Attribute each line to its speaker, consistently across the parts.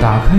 Speaker 1: 打开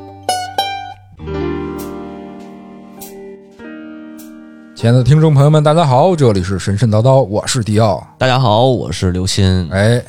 Speaker 1: 亲爱的听众朋友们，大家好，这里是神神叨叨，我是迪奥。
Speaker 2: 大家好，我是刘鑫。
Speaker 1: 哎，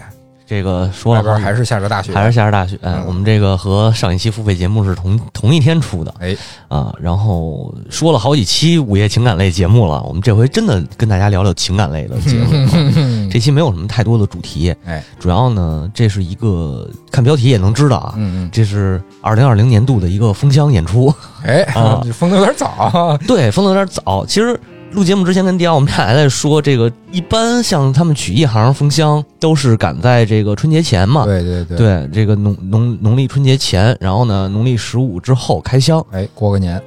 Speaker 2: 这个说
Speaker 1: 外
Speaker 2: 了
Speaker 1: 边
Speaker 2: 好几
Speaker 1: 还是下嗯着大雪，
Speaker 2: 还是下着大雪，哎我们这个和上一期付费节目是同同一天出的
Speaker 1: 哎，
Speaker 2: 啊。然后说了好几期午夜情感类节目了，我们这回真的跟大家聊聊情感类的节目。 这期没有什么太多的主题，
Speaker 1: 嗯哎，
Speaker 2: 主要呢，这是一个看标题也能知道啊，
Speaker 1: 嗯
Speaker 2: 这是二零二零年度的一个封箱演出。
Speaker 1: 嗯， 哎，
Speaker 2: 啊
Speaker 1: 这封的有点早，啊
Speaker 2: 对，封的有点早。其实录节目之前跟迪奥，我们俩还在说，这个一般像他们曲艺行封箱都是赶在这个春节前嘛。
Speaker 1: 对对对，
Speaker 2: 对，这个农农农历春节前，然后呢，农历十五之后开箱。
Speaker 1: 哎，过个年，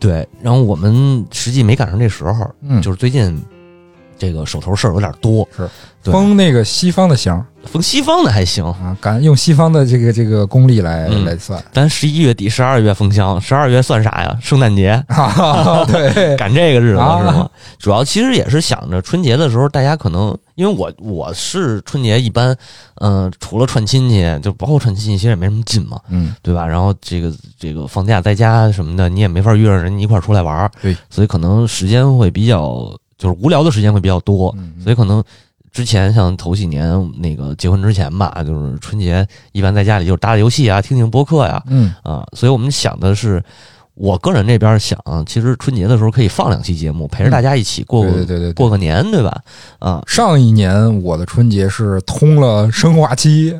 Speaker 2: 对，然后我们实际没赶上这时候，
Speaker 1: 嗯，
Speaker 2: 就是最近这个手头事儿有点多，对
Speaker 1: 封那个西方的香
Speaker 2: 逢西方的还行。
Speaker 1: 啊，敢用西方的这个这个功力来
Speaker 2: 嗯
Speaker 1: 来算
Speaker 2: 咱十一月底、十二月封箱，十二月算啥呀？圣诞节
Speaker 1: 啊， 对，
Speaker 2: 赶这个日子
Speaker 1: 啊
Speaker 2: 是吗？主要其实也是想着春节的时候，大家可能因为我我是春节一般，嗯、除了串亲戚，就包括串亲戚，其实也没什么劲嘛，
Speaker 1: 嗯，
Speaker 2: 对吧？然后这个这个放假在家什么的，你也没法约上人一块儿出来玩儿，
Speaker 1: 对，
Speaker 2: 所以可能时间会比较就是无聊的时间会比较多，
Speaker 1: 嗯
Speaker 2: 所以可能。之前像头几年那个结婚之前吧，就是春节一般在家里就是打打游戏啊，听听播客呀、
Speaker 1: 嗯，
Speaker 2: 啊，所以我们想的是，我个人这边想，啊其实春节的时候可以放两期节目，陪着大家一起过
Speaker 1: 嗯对
Speaker 2: 过、
Speaker 1: 对对对，对
Speaker 2: 过个年，对吧？啊，
Speaker 1: 上一年我的春节是通了生化期，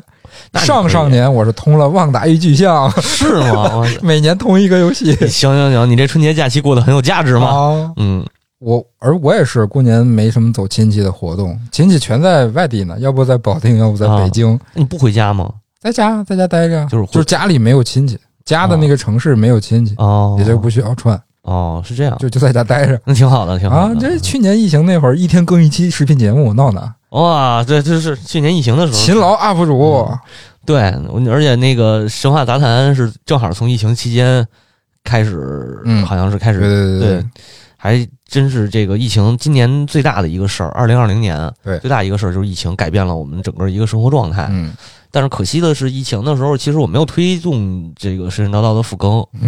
Speaker 2: 那你
Speaker 1: 上上年我是通了旺达与巨像，
Speaker 2: 是 吗？哇
Speaker 1: 每年通一个游 戏。
Speaker 2: 行行行，你这春节假期过得很有价值吗？
Speaker 1: 啊，
Speaker 2: 嗯，
Speaker 1: 我而我也是过年没什么走亲戚的活动，亲戚全在外地呢，要不在保定，要不在
Speaker 2: 啊
Speaker 1: 北京，
Speaker 2: 你不回家吗？
Speaker 1: 在家在家待着，
Speaker 2: 就是回
Speaker 1: 就是家里没有亲戚，家的那个城市没有亲戚，
Speaker 2: 哦，
Speaker 1: 也就不需要串，
Speaker 2: 哦，是这样，
Speaker 1: 就就在家待着。
Speaker 2: 那挺好的，挺好
Speaker 1: 啊
Speaker 2: 的。，嗯
Speaker 1: 这去年疫情那会儿，一天更一期视频节目，闹呢，
Speaker 2: 哇，对，这是去年疫情的时候，
Speaker 1: 勤劳 UP 主，
Speaker 2: 嗯对，我而且那个神话杂谈是正好从疫情期间开始，
Speaker 1: 嗯
Speaker 2: 好像是开
Speaker 1: 对
Speaker 2: 始
Speaker 1: 对
Speaker 2: 对，还真是这个疫情今年最大的一个事儿，二零二零年
Speaker 1: 对
Speaker 2: 最大一个事儿就是疫情改变了我们整个一个生活状态。
Speaker 1: 嗯，
Speaker 2: 但是可惜的是，疫情的时候其实我没有推动这个神神叨叨的复更，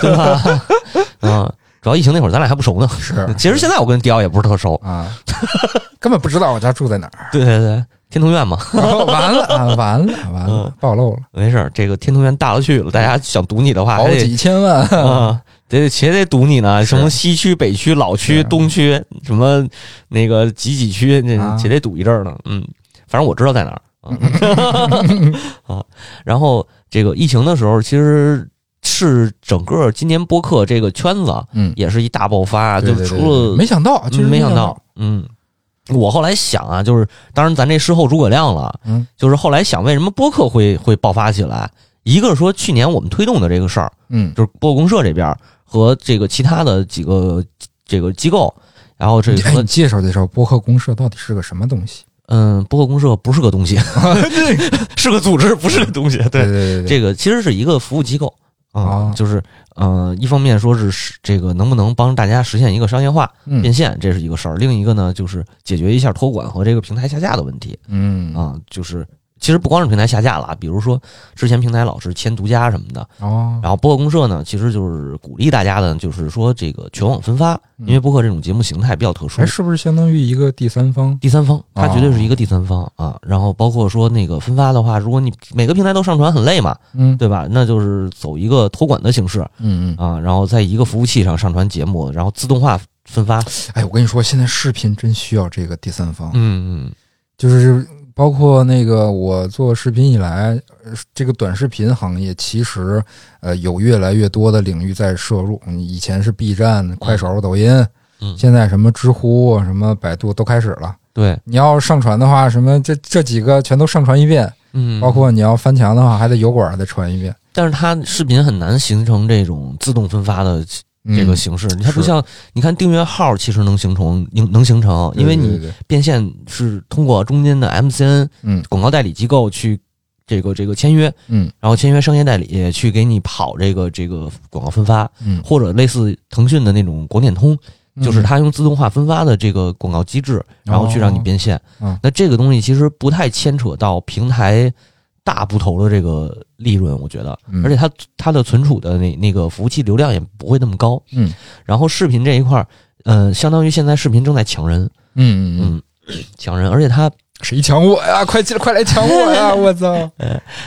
Speaker 2: 对吧？ 嗯，主要疫情那会儿咱俩还不熟呢。
Speaker 1: 是
Speaker 2: 其实现在我跟迪奥也不是特熟，
Speaker 1: 啊，根本不知道我家住在哪 儿，
Speaker 2: 对对对，天通苑嘛，
Speaker 1: 完了啊，完了完了
Speaker 2: 嗯，
Speaker 1: 暴露了，
Speaker 2: 没事儿，这个天通苑大了去了，大家想堵你的话
Speaker 1: 好
Speaker 2: 还得。
Speaker 1: 几千万，
Speaker 2: 啊，得谁得堵你呢？
Speaker 1: 是
Speaker 2: 什么西区、北区、老
Speaker 1: 是
Speaker 2: 区、东区，什么那个几几区，
Speaker 1: 啊
Speaker 2: 那谁得堵一阵儿呢？嗯，反正我知道在哪儿啊。 啊，然后这个疫情的时候，其实是整个今年播客这个圈子
Speaker 1: 嗯，
Speaker 2: 也是一大爆发，
Speaker 1: 对
Speaker 2: 啊就
Speaker 1: 对
Speaker 2: 是
Speaker 1: 对
Speaker 2: 除了嗯
Speaker 1: 对没想到，就是
Speaker 2: 没
Speaker 1: 想
Speaker 2: 想到，，嗯。我后来想啊，就是当然咱这事后诸葛亮了，
Speaker 1: 嗯，
Speaker 2: 就是后来想为什么播客会会爆发起来，一个是说去年我们推动的这个事儿，
Speaker 1: 嗯，
Speaker 2: 就是播客公社这边儿和这个其他的几个这个机构，然后这
Speaker 1: 你哎，
Speaker 2: 个
Speaker 1: 你介绍介绍播客公社到底是个什么东西？
Speaker 2: 嗯，播客公社不是个 东西，是个组织，不是个东西。
Speaker 1: 对
Speaker 2: 对，
Speaker 1: 对对对，
Speaker 2: 这个其实是一个服务机构啊
Speaker 1: 哦，
Speaker 2: 就是呃，一方面说是实这个能不能帮大家实现一个商业化变
Speaker 1: 嗯
Speaker 2: 现，这是一个事儿；另一个呢，就是解决一下托管和这个平台下架的问题
Speaker 1: 嗯，
Speaker 2: 啊，就是其实不光是平台下架了啊，比如说之前平台老是签独家什么的，
Speaker 1: 哦，
Speaker 2: 然后播客公社呢，其实就是鼓励大家呢，就是说这个全网分发，
Speaker 1: 嗯
Speaker 2: 因为播客这种节目形态比较特殊
Speaker 1: 哎，，是不是相当于一个第三方？
Speaker 2: 第三方，它
Speaker 1: 哦
Speaker 2: 绝对是一个第三方啊。然后包括说那个分发的话，如果你每个平台都上传很累嘛，
Speaker 1: 嗯，
Speaker 2: 对吧？那就是走一个托管的形式
Speaker 1: 嗯嗯。
Speaker 2: 啊，然后在一个服务器上上传节目，然后自动化分发。啊
Speaker 1: 哎，我跟你说，现在视频真需要这个第三方，
Speaker 2: 嗯嗯
Speaker 1: 就是包括那个我做视频以来，呃这个短视频行业其实呃有越来越多的领域在摄入。嗯以前是 B 站、快手、抖音，
Speaker 2: 嗯，
Speaker 1: 现在什么知乎、什么百度都开始了。
Speaker 2: 对，
Speaker 1: 你要上传的话，什么这这几个全都上传一遍，
Speaker 2: 嗯，
Speaker 1: 包括你要翻墙的话，还得油管再传一遍。
Speaker 2: 但是它视频很难形成这种自动分发的
Speaker 1: 嗯
Speaker 2: 这个形式，它不
Speaker 1: 是
Speaker 2: 像你看订阅号其实能形成，能能形成，因为
Speaker 1: 对
Speaker 2: 你
Speaker 1: 对对
Speaker 2: 变现是通过中间的 MCN
Speaker 1: 嗯
Speaker 2: 广告代理机构去这个这个签约，
Speaker 1: 嗯
Speaker 2: 然后签约商业代理去给你跑这个这个广告分发，
Speaker 1: 嗯，
Speaker 2: 或者类似腾讯的那种广点通，就是它用自动化分发的这个广告机
Speaker 1: 哦
Speaker 2: 制，然后去让你变现
Speaker 1: 嗯。
Speaker 2: 那这个东西其实不太牵扯到平台大部头的这个利润，我觉得
Speaker 1: 嗯，
Speaker 2: 而且它它的存储的那那个服务器流量也不会那么高。
Speaker 1: 嗯，
Speaker 2: 然后视频这一块儿，呃，相当于现在视频正在抢人，
Speaker 1: 嗯嗯嗯，
Speaker 2: 嗯，抢人，而且它
Speaker 1: 谁抢我 呀？快进来，快来抢我 呀！我操！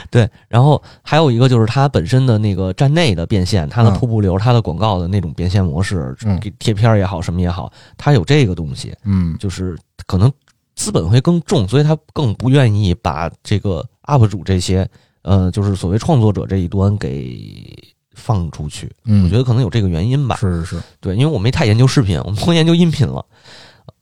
Speaker 2: 对，然后还有一个就是它本身的那个站内的变现，它的
Speaker 1: 嗯
Speaker 2: 瀑布流、它的广告的那种变现模式，
Speaker 1: 嗯
Speaker 2: 给贴片儿也好，什么也好，它有这个东西，
Speaker 1: 嗯
Speaker 2: 就是可能资本会更重，所以它更不愿意把这个 UP 主这些，呃，就是所谓创作者这一端给放出去。
Speaker 1: 嗯，
Speaker 2: 我觉得可能有这个原因吧。
Speaker 1: 是是是，
Speaker 2: 对，因为我没太研究视频，我们光研究音频了。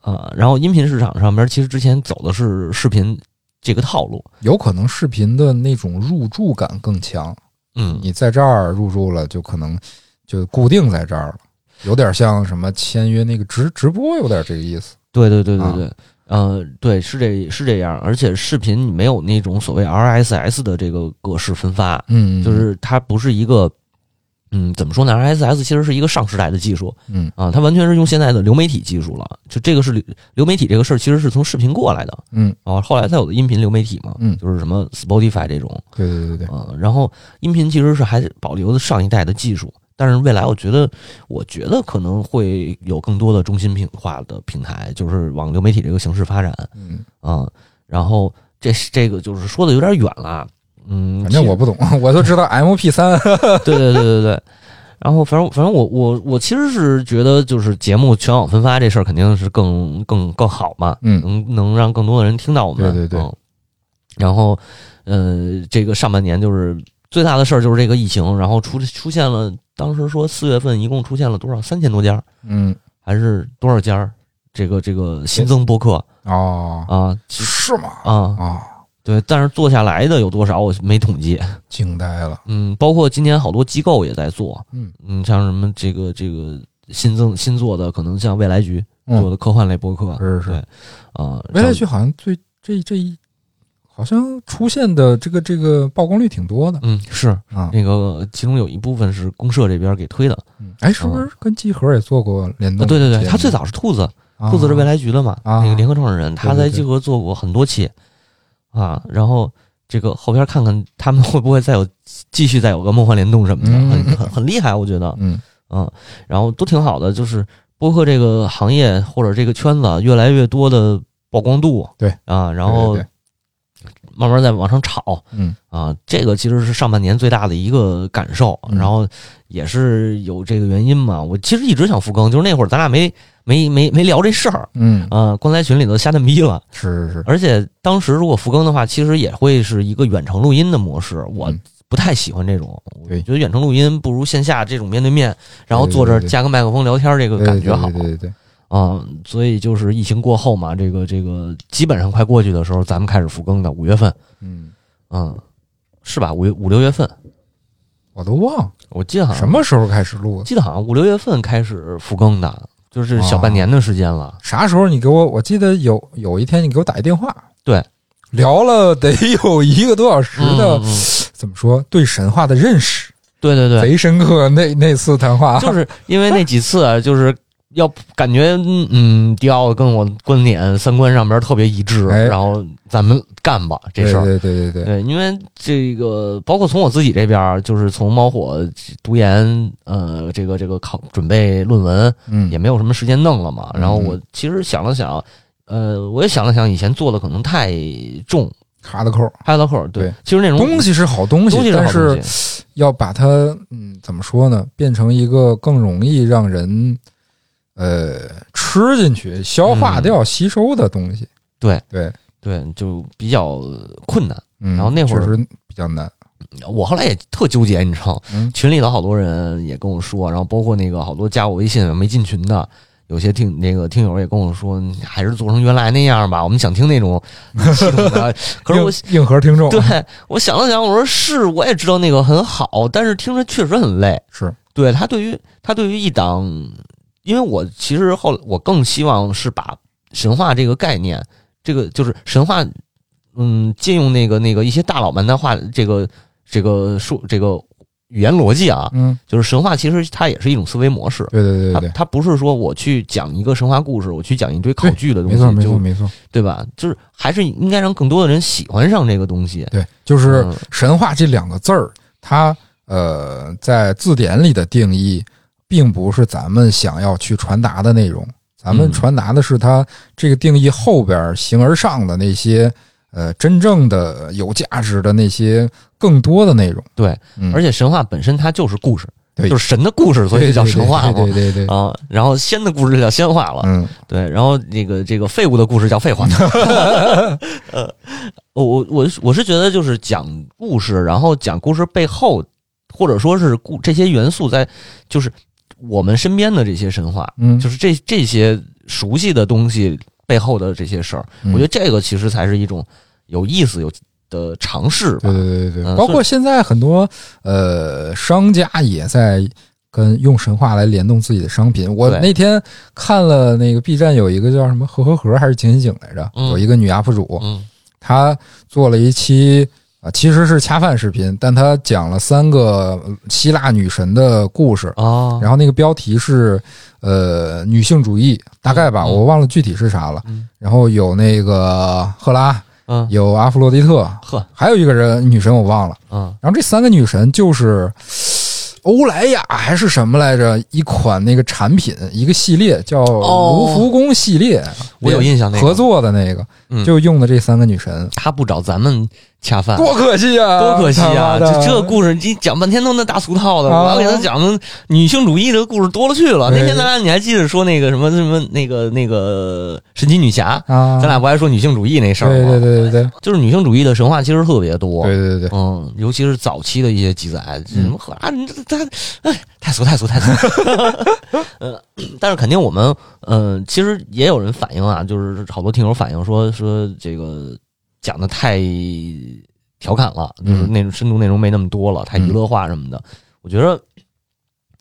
Speaker 2: 呃，然后音频市场上边，其实之前走的是视频这个套路。
Speaker 1: 有可能视频的那种入驻感更强，
Speaker 2: 嗯，
Speaker 1: 你在这儿入驻了，就可能就固定在这儿了。有点像什么签约那个直直播，有点这个意思。
Speaker 2: 对对对对
Speaker 1: 啊
Speaker 2: 对，呃，对，是这是这样，而且视频你没有那种所谓 RSS 的这个格式分发，
Speaker 1: 嗯，
Speaker 2: 就是它不是一个，嗯，怎么说呢？RSS 其实是一个上时代的技术
Speaker 1: 嗯
Speaker 2: 啊，它完全是用现在的流媒体技术了。就这个是流流媒体这个事儿，其实是从视频过来的
Speaker 1: 嗯，
Speaker 2: 啊，后来才有的音频流媒体嘛，
Speaker 1: 嗯
Speaker 2: 就是什么 Spotify 这种
Speaker 1: 对对对对，
Speaker 2: 啊，然后音频其实是还保留上一代的技术。但是未来，我觉得，我觉得可能会有更多的中心平化的平台，就是往流媒体这个形式发展
Speaker 1: 嗯，
Speaker 2: 啊、然后这是这个就是说的有点远了，嗯，
Speaker 1: 反正我不懂， 我就知道 MP 三。
Speaker 2: 对对对对对。然后反正反正我我我其实是觉得就是节目全网分发这事儿肯定是更更更好嘛，
Speaker 1: 嗯
Speaker 2: 能能让更多的人听到我们。
Speaker 1: 对对对
Speaker 2: 嗯然后，呃，这个上半年就是最大的事儿就是这个疫情，然后出出现了，当时说四月份一共出现了多少三千多家儿
Speaker 1: 嗯，
Speaker 2: 还是多少家儿这个这个新增播客
Speaker 1: 哦，
Speaker 2: 啊其
Speaker 1: 是吗？
Speaker 2: 啊，
Speaker 1: 啊，
Speaker 2: 对，但是做下来的有多少我没统计。
Speaker 1: 惊呆了。
Speaker 2: 嗯，包括今年好多机构也在做，
Speaker 1: 嗯
Speaker 2: 嗯，像什么这个这个新增新做的，可能像未来局做
Speaker 1: 嗯，
Speaker 2: 的科幻类播客，
Speaker 1: 是是是
Speaker 2: 对。啊，
Speaker 1: 未来局好像最这这一好像出现的这个这个曝光率挺多的
Speaker 2: 嗯是
Speaker 1: 啊。
Speaker 2: 那个，其中有一部分是公社这边给推的。
Speaker 1: 嗯哎，是不是跟集合也做过联
Speaker 2: 啊，
Speaker 1: 动？
Speaker 2: 对对对，他最早是兔子，兔子是未来局的嘛，
Speaker 1: 啊
Speaker 2: 那个联合创始人，他
Speaker 1: 对
Speaker 2: 在
Speaker 1: 对对
Speaker 2: 集合做过很多期啊。然后这个后边看看他们会不会再有继续再有个梦幻联动什么的，
Speaker 1: 嗯
Speaker 2: 很很很厉害，我觉得，
Speaker 1: 嗯
Speaker 2: 嗯，然后都挺好的，就是播客这个行业或者这个圈子啊越来越多的曝光度，
Speaker 1: 对
Speaker 2: 啊，然后
Speaker 1: 对对对
Speaker 2: 慢慢在往上炒，
Speaker 1: 嗯
Speaker 2: 啊，这个其实是上半年最大的一个感受，
Speaker 1: 嗯
Speaker 2: 然后也是有这个原因嘛。我其实一直想复更，就是那会儿咱俩没没没没聊这事儿
Speaker 1: 嗯
Speaker 2: 啊，光在群里头瞎蛋逼了。
Speaker 1: 是是是
Speaker 2: 而且当时如果复更的话，其实也会是一个远程录音的模式，我
Speaker 1: 嗯
Speaker 2: 不太喜欢这种。我
Speaker 1: 对
Speaker 2: 觉得远程录音不如线下这种面对面，然后
Speaker 1: 对对
Speaker 2: 坐这儿
Speaker 1: 对对
Speaker 2: 加个麦克风聊天儿，这个
Speaker 1: 对
Speaker 2: 感觉好
Speaker 1: 对对对对，
Speaker 2: 啊。所以就是疫情过后嘛，这个这个基本上快过去的时候，咱们开始复更的，五月份，
Speaker 1: 嗯，
Speaker 2: 嗯，是吧？五月五六月份。
Speaker 1: 我都忘了
Speaker 2: 我记得好像
Speaker 1: 什么时候开始录的，
Speaker 2: 记得好像五六月份开始复更的，就是小
Speaker 1: 哦
Speaker 2: 半年的时间了。
Speaker 1: 啥时候你给我？我记得有有一天你给我打一电话，
Speaker 2: 对，
Speaker 1: 聊了得有一个多小时的，
Speaker 2: 嗯嗯嗯
Speaker 1: 怎么说对神话的认识
Speaker 2: 对对对，
Speaker 1: 贼深刻，那那次谈话
Speaker 2: 就是因为那几次啊，就是要感觉嗯，迪奥跟我观点三观上边特别一致，
Speaker 1: 哎
Speaker 2: 然后咱们干吧这
Speaker 1: 对
Speaker 2: 事儿。
Speaker 1: 对对对对，
Speaker 2: 对，因为这个包括从我自己这边儿，就是从猫火读研，呃，这个这个考准备论文，
Speaker 1: 嗯，
Speaker 2: 也没有什么时间弄了嘛。
Speaker 1: 嗯
Speaker 2: 然后我其实想了想，呃，我也想了想，以前做的可能太重，
Speaker 1: 卡的扣儿
Speaker 2: 哈拉克尔对，
Speaker 1: 对
Speaker 2: 其实那种
Speaker 1: 东西是好东西，
Speaker 2: 东西是
Speaker 1: 但
Speaker 2: 好
Speaker 1: 是
Speaker 2: 东西，
Speaker 1: 要把它嗯怎么说呢，变成一个更容易让人呃吃进去、消化掉、
Speaker 2: 嗯
Speaker 1: 吸收的东西。
Speaker 2: 对
Speaker 1: 对，
Speaker 2: 对，就比较困难。
Speaker 1: 嗯，
Speaker 2: 然后那会儿
Speaker 1: 确实比较难。
Speaker 2: 我后来也特纠结，你知道，
Speaker 1: 嗯
Speaker 2: 群里头好多人也跟我说，然后包括那个好多加我微信没进群的。有些听那个听友也跟我说，你还是做成原来那样吧。我们想听那种系统 的，可是我
Speaker 1: 硬硬核听众啊
Speaker 2: 对我想了想，我说是，我也知道那个很好，但是听着确实很累。
Speaker 1: 是
Speaker 2: 对他对于他对于一档，因为我其实后来我更希望是把神话这个概念，这个就是神话，嗯，借用那个那个一些大佬们的话，这个这个说这个语言逻辑啊，
Speaker 1: 嗯，
Speaker 2: 就是神话其实它也是一种思维模式。
Speaker 1: 对对对
Speaker 2: 它
Speaker 1: 对，
Speaker 2: 它不是说我去讲一个神话故事，我去讲一堆考据的东
Speaker 1: 没错
Speaker 2: 西，
Speaker 1: 没错
Speaker 2: 就
Speaker 1: 没错，
Speaker 2: 对吧？就是还是应该让更多的人喜欢上这个东西。
Speaker 1: 对，就是
Speaker 2: 嗯
Speaker 1: “神话”这两个字儿，它呃在字典里的定义，并不是咱们想要去传达的内容。咱们
Speaker 2: 嗯
Speaker 1: 传达的是它这个定义后边儿形而上的那些呃真正的有价值的那些更多的内容。
Speaker 2: 对，
Speaker 1: 嗯，
Speaker 2: 而且神话本身它就是故事，
Speaker 1: 对
Speaker 2: 就是神的故事，所以就叫神话嘛
Speaker 1: 对。对对对对，
Speaker 2: 啊，然后仙的故事就叫仙话了，
Speaker 1: 嗯，
Speaker 2: 对，然后那个这个废物的故事叫 废话。呃，我我我是我是觉得就是讲故事，然后讲故事背后，或者说是故这些元素在，就是我们身边的这些神话，
Speaker 1: 嗯
Speaker 2: 就是这这些熟悉的东西背后的这些事儿，
Speaker 1: 嗯
Speaker 2: 我觉得这个其实才是一种有意思有的尝试吧
Speaker 1: 对。对对对，
Speaker 2: 嗯
Speaker 1: 包括现在很多呃商家也在跟用神话来联动自己的商品。我
Speaker 2: 对
Speaker 1: 那天看了那个 B 站有一个叫什么“和和和”还是“井井井”来着，
Speaker 2: 嗯
Speaker 1: 有一个女 UP 主，
Speaker 2: 嗯
Speaker 1: 她做了一期啊、其实是恰饭视频，但她讲了三个希腊女神的故事。
Speaker 2: 啊，
Speaker 1: 然后那个标题是，呃，女性主义，大概吧，
Speaker 2: 嗯嗯
Speaker 1: 我忘了具体是啥了。
Speaker 2: 嗯
Speaker 1: 然后有那个赫拉，
Speaker 2: 嗯
Speaker 1: 有阿弗洛狄特，
Speaker 2: 呵
Speaker 1: 还有一个人女神我忘了。
Speaker 2: 嗯
Speaker 1: 然后这三个女神就是欧莱雅还是什么来着？一款那个产品，一个系列叫卢浮宫系列，
Speaker 2: 哦我有印象那个
Speaker 1: 合作的那个，
Speaker 2: 嗯
Speaker 1: 就用的这三个女神，
Speaker 2: 他不找咱们恰饭，
Speaker 1: 多可惜啊！
Speaker 2: 多可惜啊！
Speaker 1: 他妈的
Speaker 2: 这这故事你讲半天都那大俗套的，
Speaker 1: 啊
Speaker 2: 我要给他讲的女性主义的故事多了去了。
Speaker 1: 对
Speaker 2: 那天咱俩你还记得说那个什么什么那个那个神奇女侠，
Speaker 1: 啊，
Speaker 2: 咱俩哎不还说女性主义那事
Speaker 1: 对
Speaker 2: 儿吗？
Speaker 1: 对对对对
Speaker 2: 就是女性主义的神话其实特别多。
Speaker 1: 对对对对，
Speaker 2: 嗯，尤其是早期的一些记载，什
Speaker 1: 嗯
Speaker 2: 么啊，你这这，哎，太俗太俗太俗。 呃，但是肯定我们，呃，其实也有人反映啊，就是好多听友反映说说这个讲的太调侃了，就是
Speaker 1: 嗯
Speaker 2: 内容深度内容没那么多了，太娱
Speaker 1: 嗯
Speaker 2: 乐化什么的。我觉得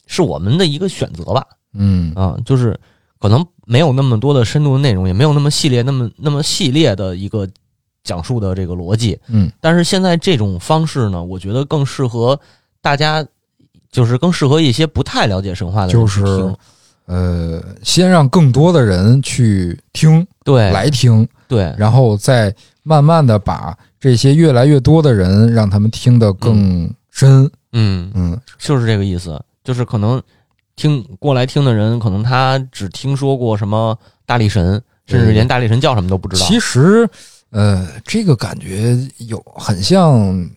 Speaker 2: 是我们的一个选择吧，
Speaker 1: 嗯
Speaker 2: 啊，就是可能没有那么多的深度的内容，也没有那么系列、那么那么系列的一个讲述的这个逻辑。
Speaker 1: 嗯，
Speaker 2: 但是现在这种方式呢，我觉得更适合大家，就是更适合一些不太了解神话的人
Speaker 1: 就
Speaker 2: 去
Speaker 1: 是
Speaker 2: 听。
Speaker 1: 呃，先让更多的人去听
Speaker 2: 对
Speaker 1: 来听，
Speaker 2: 对
Speaker 1: 然后再慢慢的把这些越来越多的人让他们听得更深，
Speaker 2: 嗯，
Speaker 1: 嗯
Speaker 2: 就是这个意思，就是可能听过来听的人，可能他只听说过什么大力神，甚至连大力神叫什么都不知道。
Speaker 1: 其实，呃，这个感觉有很像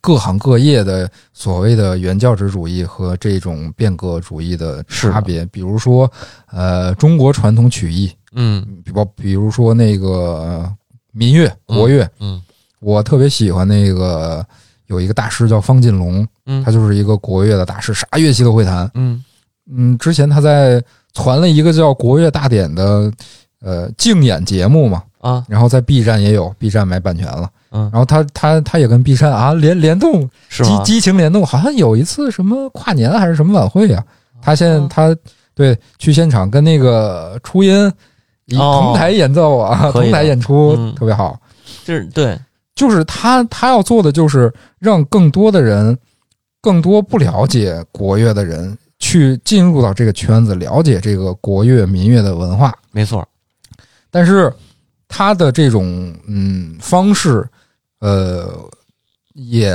Speaker 1: 各行各业的所谓的原教旨主义和这种变革主义的
Speaker 2: 是的
Speaker 1: 差别。比如说，呃，中国传统曲艺，
Speaker 2: 嗯
Speaker 1: 比如比如说那个呃民乐、国乐，
Speaker 2: 嗯
Speaker 1: 我特别喜欢那个有一个大师叫方锦龙，
Speaker 2: 嗯
Speaker 1: 他就是一个国乐的大师，啥乐器都会弹。
Speaker 2: 嗯
Speaker 1: 嗯，之前他在传了一个叫《国乐大典》的呃竞演节目嘛。
Speaker 2: 啊
Speaker 1: 然后在 B 站也有，B 站买版权了。
Speaker 2: 嗯
Speaker 1: 然后他他他也跟 B 站啊联联动，
Speaker 2: 是
Speaker 1: 激
Speaker 2: 吗？
Speaker 1: 激情联动，好像有一次什么跨年还是什么晚会啊，他现在
Speaker 2: 啊
Speaker 1: 他对去现场跟那个初音一
Speaker 2: 哦
Speaker 1: 同台演奏啊，
Speaker 2: 可
Speaker 1: 同
Speaker 2: 以的
Speaker 1: 台演出、
Speaker 2: 嗯
Speaker 1: 特别好。
Speaker 2: 这是对
Speaker 1: 就是他他要做的就是让更多的人，更多不了解国乐的人去进入到这个圈子，了解这个国乐、民乐的文化。
Speaker 2: 没错，
Speaker 1: 但是他的这种嗯方式，呃，也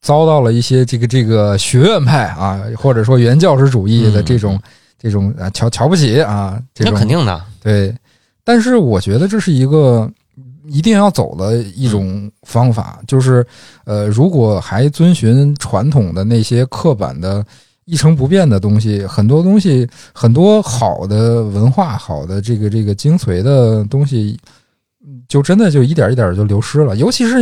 Speaker 1: 遭到了一些这个这个学院派啊，或者说原教旨主义的这种、这种啊瞧瞧不起啊，这
Speaker 2: 嗯那
Speaker 1: 种
Speaker 2: 肯定的，
Speaker 1: 对。但是我觉得这是一个一定要走的一种方法，就是呃，如果还遵循传统的那些刻板的。一成不变的东西，很多东西，很多好的文化，好的这个这个精髓的东西，嗯就真的就一点一点就流失了。尤其是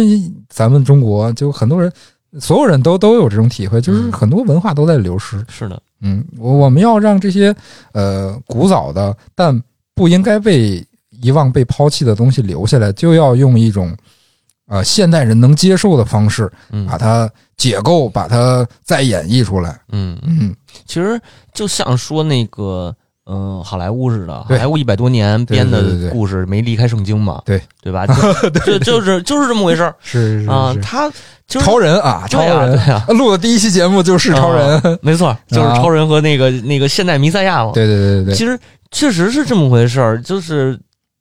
Speaker 1: 咱们中国，就很多人，所有人都都有这种体会，就是
Speaker 2: 嗯
Speaker 1: 很多文化都在流失。
Speaker 2: 是的，
Speaker 1: 嗯，我我们要让这些呃古早的但不应该被遗忘、被抛弃的东西留下来，就要用一种呃现代人能接受的方式，
Speaker 2: 嗯
Speaker 1: 把它解构，把它再演绎出来。
Speaker 2: 嗯，
Speaker 1: 嗯，
Speaker 2: 其实就像说那个，嗯、好莱坞似的，好
Speaker 1: 对
Speaker 2: 莱坞一百多年编
Speaker 1: 对对对对
Speaker 2: 的故事没离开圣经嘛，
Speaker 1: 对
Speaker 2: 对吧？就就就是就是这么回事儿
Speaker 1: 是是
Speaker 2: 啊，他就是
Speaker 1: 超人啊，超
Speaker 2: 对啊
Speaker 1: 人
Speaker 2: 对啊，
Speaker 1: 录的第一期节目就是超人。
Speaker 2: 没错，就是超人和那个那个现代弥赛亚嘛，
Speaker 1: 对对对对对，
Speaker 2: 其实确实是这么回事儿，就是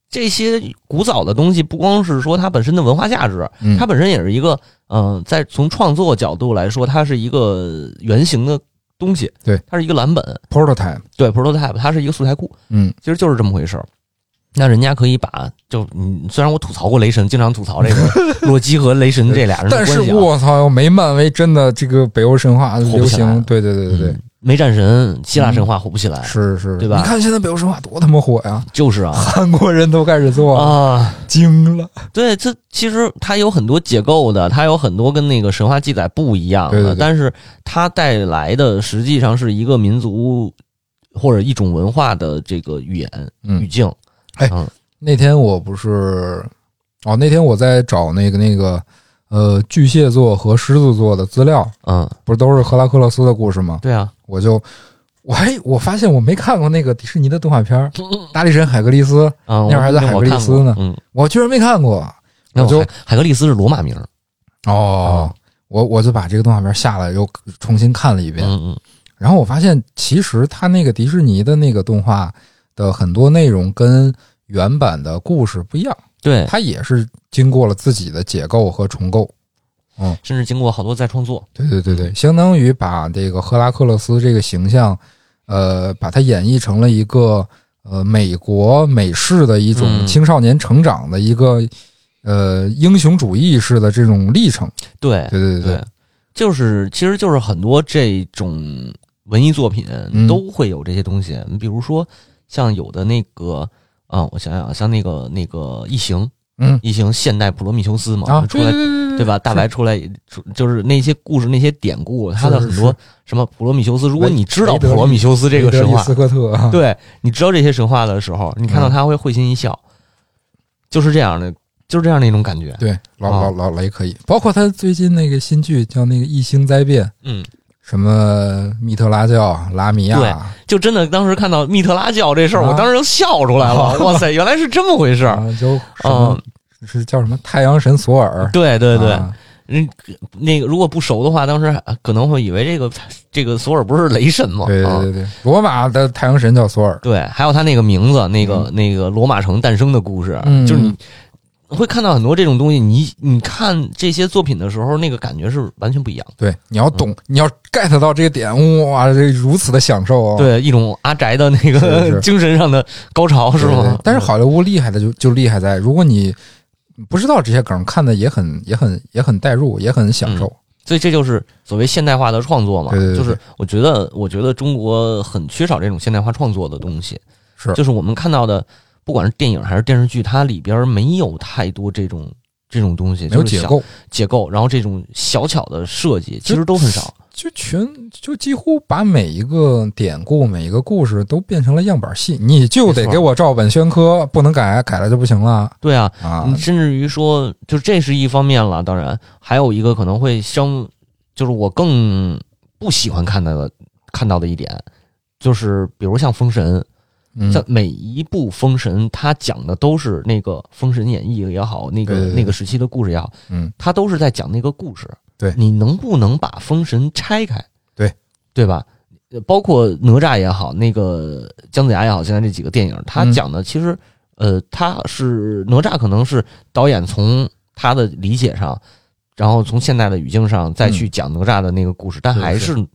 Speaker 2: 这些古早的东西，不光是说它本身的文化价值，
Speaker 1: 嗯
Speaker 2: 它本身也是一个，嗯、在从创作角度来说，它是一个原型的东西，
Speaker 1: 对，
Speaker 2: 它是一个蓝本，
Speaker 1: prototype，
Speaker 2: 对，prototype，它是一个素材库，
Speaker 1: 嗯，
Speaker 2: 其实就是这么回事儿。那人家可以把就嗯，虽然我吐槽过雷神，经常吐槽这 个洛基和雷神这俩人的
Speaker 1: 但
Speaker 2: 关系、
Speaker 1: 是
Speaker 2: 啊，
Speaker 1: 我操，没漫威真的这个北欧神话
Speaker 2: 火
Speaker 1: 流
Speaker 2: 不起来
Speaker 1: 行，
Speaker 2: 了
Speaker 1: 对对对对对，
Speaker 2: 嗯没战神、希腊神话火不起来，
Speaker 1: 是是，
Speaker 2: 对吧
Speaker 1: 你看现在北欧神话多他妈火呀，
Speaker 2: 就是啊
Speaker 1: 韩国人都开始做了，
Speaker 2: 啊。
Speaker 1: 惊了。
Speaker 2: 对，这其实它有很多解构的，它有很多跟那个神话记载不一样的，
Speaker 1: 对对对
Speaker 2: 但是它带来的实际上是一个民族或者一种文化的这个语言、语
Speaker 1: 嗯，
Speaker 2: 境。
Speaker 1: 那天我不是，哦，那天我在找那个那个呃巨蟹座和狮子座的资料，
Speaker 2: 嗯，
Speaker 1: 不是都是赫拉克勒斯的故事吗？
Speaker 2: 对啊，
Speaker 1: 我就我还我发现我没看过那个迪士尼的动画片 儿《大力神海格力斯》，
Speaker 2: 啊，
Speaker 1: 那会儿还在
Speaker 2: 我
Speaker 1: 海格力斯呢
Speaker 2: 我看过嗯，
Speaker 1: 我居然没看过。
Speaker 2: 那
Speaker 1: 我就
Speaker 2: 海海格力斯是罗马名儿。
Speaker 1: 哦，我我就把这个动画片下来又重新看了一遍，
Speaker 2: 嗯嗯，
Speaker 1: 然后我发现，其实它那个迪士尼的那个动画的很多内容跟原版的故事不一样，
Speaker 2: 对，
Speaker 1: 它也是经过了自己的解构和重构。
Speaker 2: 甚至经过好多再创作。
Speaker 1: 对对对对，
Speaker 2: 嗯
Speaker 1: 相当于把这个赫拉克勒斯这个形象，呃，把它演绎成了一个呃美国美式的一种
Speaker 2: 嗯
Speaker 1: 青少年成长的一个、呃英雄主义式的这种历程。
Speaker 2: 对
Speaker 1: 对对对对，
Speaker 2: 就是其实就是很多这种文艺作品
Speaker 1: 嗯
Speaker 2: 都会有这些东西，你比如说像有的那个。啊、我想想，像那个那个《异形》，
Speaker 1: 嗯
Speaker 2: 异形现代普罗米修斯嘛，
Speaker 1: 啊，
Speaker 2: 出来
Speaker 1: 对
Speaker 2: 对吧？大白
Speaker 1: 是
Speaker 2: 出来出就是那些故事、那些典故，它的
Speaker 1: 是
Speaker 2: 很
Speaker 1: 是
Speaker 2: 多什么普罗米修斯，如果
Speaker 1: 维
Speaker 2: 你知道
Speaker 1: 维德
Speaker 2: 普罗
Speaker 1: 利
Speaker 2: 米修斯这个
Speaker 1: 雷德
Speaker 2: 神
Speaker 1: 利
Speaker 2: 话
Speaker 1: 斯，科特啊，
Speaker 2: 对你知道这些神话的时候，你看到
Speaker 1: 嗯
Speaker 2: 他会会心一笑，就是这样的，就是这样的一种感觉。
Speaker 1: 对，老老
Speaker 2: 啊
Speaker 1: 老雷可以，包括他最近那个新剧叫那个《异星灾变》，
Speaker 2: 嗯，
Speaker 1: 什么密特拉教、啊拉米亚，
Speaker 2: 就真的当时看到密特拉教这事儿，
Speaker 1: 啊
Speaker 2: 我当时就笑出来 了。哇塞，原来是这么回事
Speaker 1: 然
Speaker 2: 儿。
Speaker 1: 后啊就什么
Speaker 2: 嗯，
Speaker 1: 是叫什么太阳神索尔，
Speaker 2: 对对对，
Speaker 1: 啊
Speaker 2: 嗯，那个如果不熟的话，当时还可能会以为这个这个索尔不是雷神吗？
Speaker 1: 对
Speaker 2: 啊
Speaker 1: 对对对，罗马的太阳神叫索尔，
Speaker 2: 对，还有他那个名字，那个、那个罗马城诞生的故事，
Speaker 1: 嗯
Speaker 2: 就是你会看到很多这种东西。你你看这些作品的时候，那个感觉是完全不一样的。
Speaker 1: 对，你
Speaker 2: 嗯
Speaker 1: 要懂，你要 get 到这个点，哇，这如此的享受啊！
Speaker 2: 对，一种阿宅的那
Speaker 1: 是是
Speaker 2: 个精神上的高潮，
Speaker 1: 对，
Speaker 2: 是嗯
Speaker 1: 对
Speaker 2: 吗
Speaker 1: 对？但是好莱坞厉害的就就厉害在，如果你不知道这些梗，看的也很也很也很代入，也很享受。
Speaker 2: 所以这就是所谓现代化的创作嘛，
Speaker 1: 对对对
Speaker 2: 就是我觉得，我觉得中国很缺少这种现代化创作的东西，
Speaker 1: 是
Speaker 2: 就是我们看到的，不管是电影还是电视剧，它里边没有太多这种这种东西，
Speaker 1: 没有
Speaker 2: 就是
Speaker 1: 解
Speaker 2: 小
Speaker 1: 构，
Speaker 2: 结构，然后这种小巧的设计其
Speaker 1: 就
Speaker 2: 实都很少。
Speaker 1: 就全就几乎把每一个典故、每一个故事都变成了样板戏，你就得
Speaker 2: 没错
Speaker 1: 给我照本宣科，不能改，改了就不行了
Speaker 2: 对啊，
Speaker 1: 啊！
Speaker 2: 你甚至于说，就这是一方面了。当然，还有一个可能会相，就是我更不喜欢看到的看到的一点，就是比如像《封神》，
Speaker 1: 嗯，
Speaker 2: 像每一部《封神》，它讲的都是那个《封神演义》也好，那
Speaker 1: 对
Speaker 2: 个
Speaker 1: 对对
Speaker 2: 那个时期的故事也好，
Speaker 1: 嗯，
Speaker 2: 它都是在讲那个故事。
Speaker 1: 对
Speaker 2: 你能不能把《封神》拆开？
Speaker 1: 对，
Speaker 2: 对吧？呃包括哪吒也好，那个姜子牙也好，现在这几个电影，他
Speaker 1: 嗯
Speaker 2: 讲的其实，呃，他是哪吒，可能是导演从他的理解上，然后从现代的语境上再去讲哪吒的那个故事，但
Speaker 1: 嗯是
Speaker 2: 还
Speaker 1: 是
Speaker 2: 是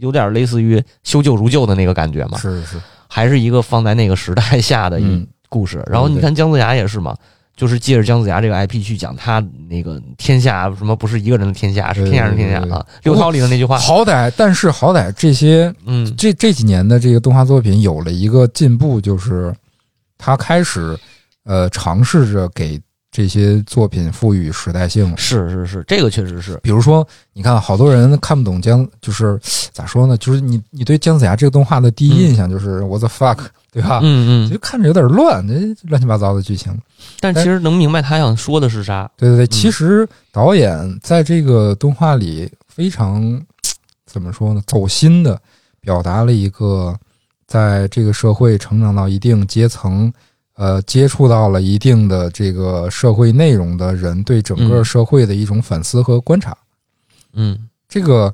Speaker 2: 有点类似于修旧如旧的那个感觉嘛，呃
Speaker 1: 是是，
Speaker 2: 还是一个放在那个时代下的一
Speaker 1: 嗯，
Speaker 2: 故事。然后你
Speaker 1: 对
Speaker 2: 看姜子牙也是嘛，就是借着姜子牙这个 IP 去讲他那个天下什么不是一个人的天下，是
Speaker 1: 对
Speaker 2: 天下人的
Speaker 1: 对
Speaker 2: 天
Speaker 1: 对
Speaker 2: 下
Speaker 1: 对哦
Speaker 2: 啊。刘涛里的那句话，
Speaker 1: 好歹但是好歹这些
Speaker 2: 嗯，
Speaker 1: 这这几年的这个动画作品有了一个进步，就是他开始呃尝试着给这些作品赋予时代性了。
Speaker 2: 是是是，这个确实是，
Speaker 1: 比如说，你看，好多人看不懂姜，就是咋说呢？就是你你对姜子牙这个动画的第一印象就是 what the fuck，对吧？
Speaker 2: 嗯嗯。
Speaker 1: 就看着有点乱，这乱七八糟的剧情。
Speaker 2: 但其实能明白他想说的是啥。
Speaker 1: 对对对，其实导演在这个动画里非常怎么说呢，走心的表达了一个在这个社会成长到一定阶层，呃，接触到了一定的这个社会内容的人对整个
Speaker 2: 嗯
Speaker 1: 社会的一种反思和观察。
Speaker 2: 嗯
Speaker 1: 这个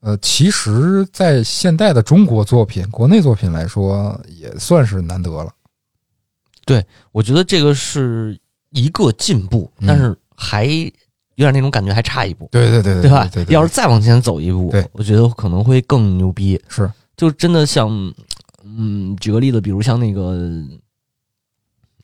Speaker 1: 呃，其实，在现代的中国作品、国内作品来说，也算是难得了。
Speaker 2: 我觉得这个是一个进步，
Speaker 1: 嗯
Speaker 2: 但是还有点那种感觉，还差一步，
Speaker 1: 对对对
Speaker 2: 对吧
Speaker 1: 对？对
Speaker 2: 要是再往前走一步
Speaker 1: 对，
Speaker 2: 我觉得可能会更牛逼。
Speaker 1: 是
Speaker 2: 就真的像，嗯，举个例子，比如像那个，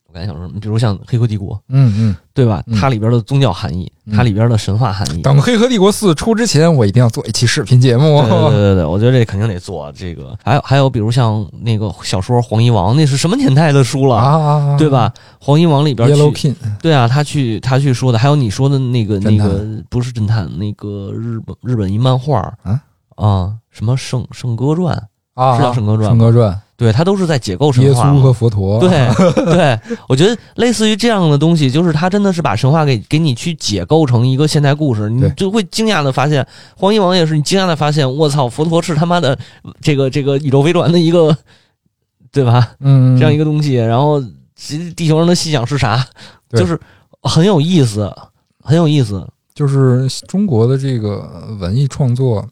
Speaker 2: 我刚才想说什么，比如像《黑客帝国》，
Speaker 1: 嗯嗯，
Speaker 2: 对吧？
Speaker 1: 嗯
Speaker 2: 它里边的宗教含义，
Speaker 1: 嗯
Speaker 2: 它里边的神话含义。
Speaker 1: 等《黑客帝国四》出之前，我一定要做一期视频节目。
Speaker 2: 对 对对对，我觉得这肯定得做这个。还有还有，比如像那个小说《黄衣王》，那是什么年代的书了，
Speaker 1: 啊啊啊，啊
Speaker 2: 对？吧？《黄衣王》里边
Speaker 1: ？Yellow
Speaker 2: 去，
Speaker 1: King
Speaker 2: 对啊，他去他去说的，还有你说的那个那
Speaker 1: 侦探
Speaker 2: 个不是侦探，那个日本日本一漫画
Speaker 1: 啊
Speaker 2: 啊，什么《圣圣歌传》，
Speaker 1: 啊，
Speaker 2: 是叫《
Speaker 1: 圣
Speaker 2: 圣歌传》吗？
Speaker 1: 歌传
Speaker 2: 对，它都是在解构》神
Speaker 1: 耶
Speaker 2: 话嘛。
Speaker 1: 稣和佛陀，
Speaker 2: 对对，我觉得类似于这样的东西，就是它真的是把神话给给你去解构成一个现代故事，你
Speaker 1: 对
Speaker 2: 就会惊讶的发现，黄衣王也是你惊讶的发现，我操，佛陀是他妈的这个这个宇宙飞船的一个，对吧？
Speaker 1: 嗯，嗯，
Speaker 2: 这样一个东西，然后其实地球人的信仰是啥？
Speaker 1: 对
Speaker 2: 就是很有意思，很有意思。
Speaker 1: 就是中国的这个文艺创作，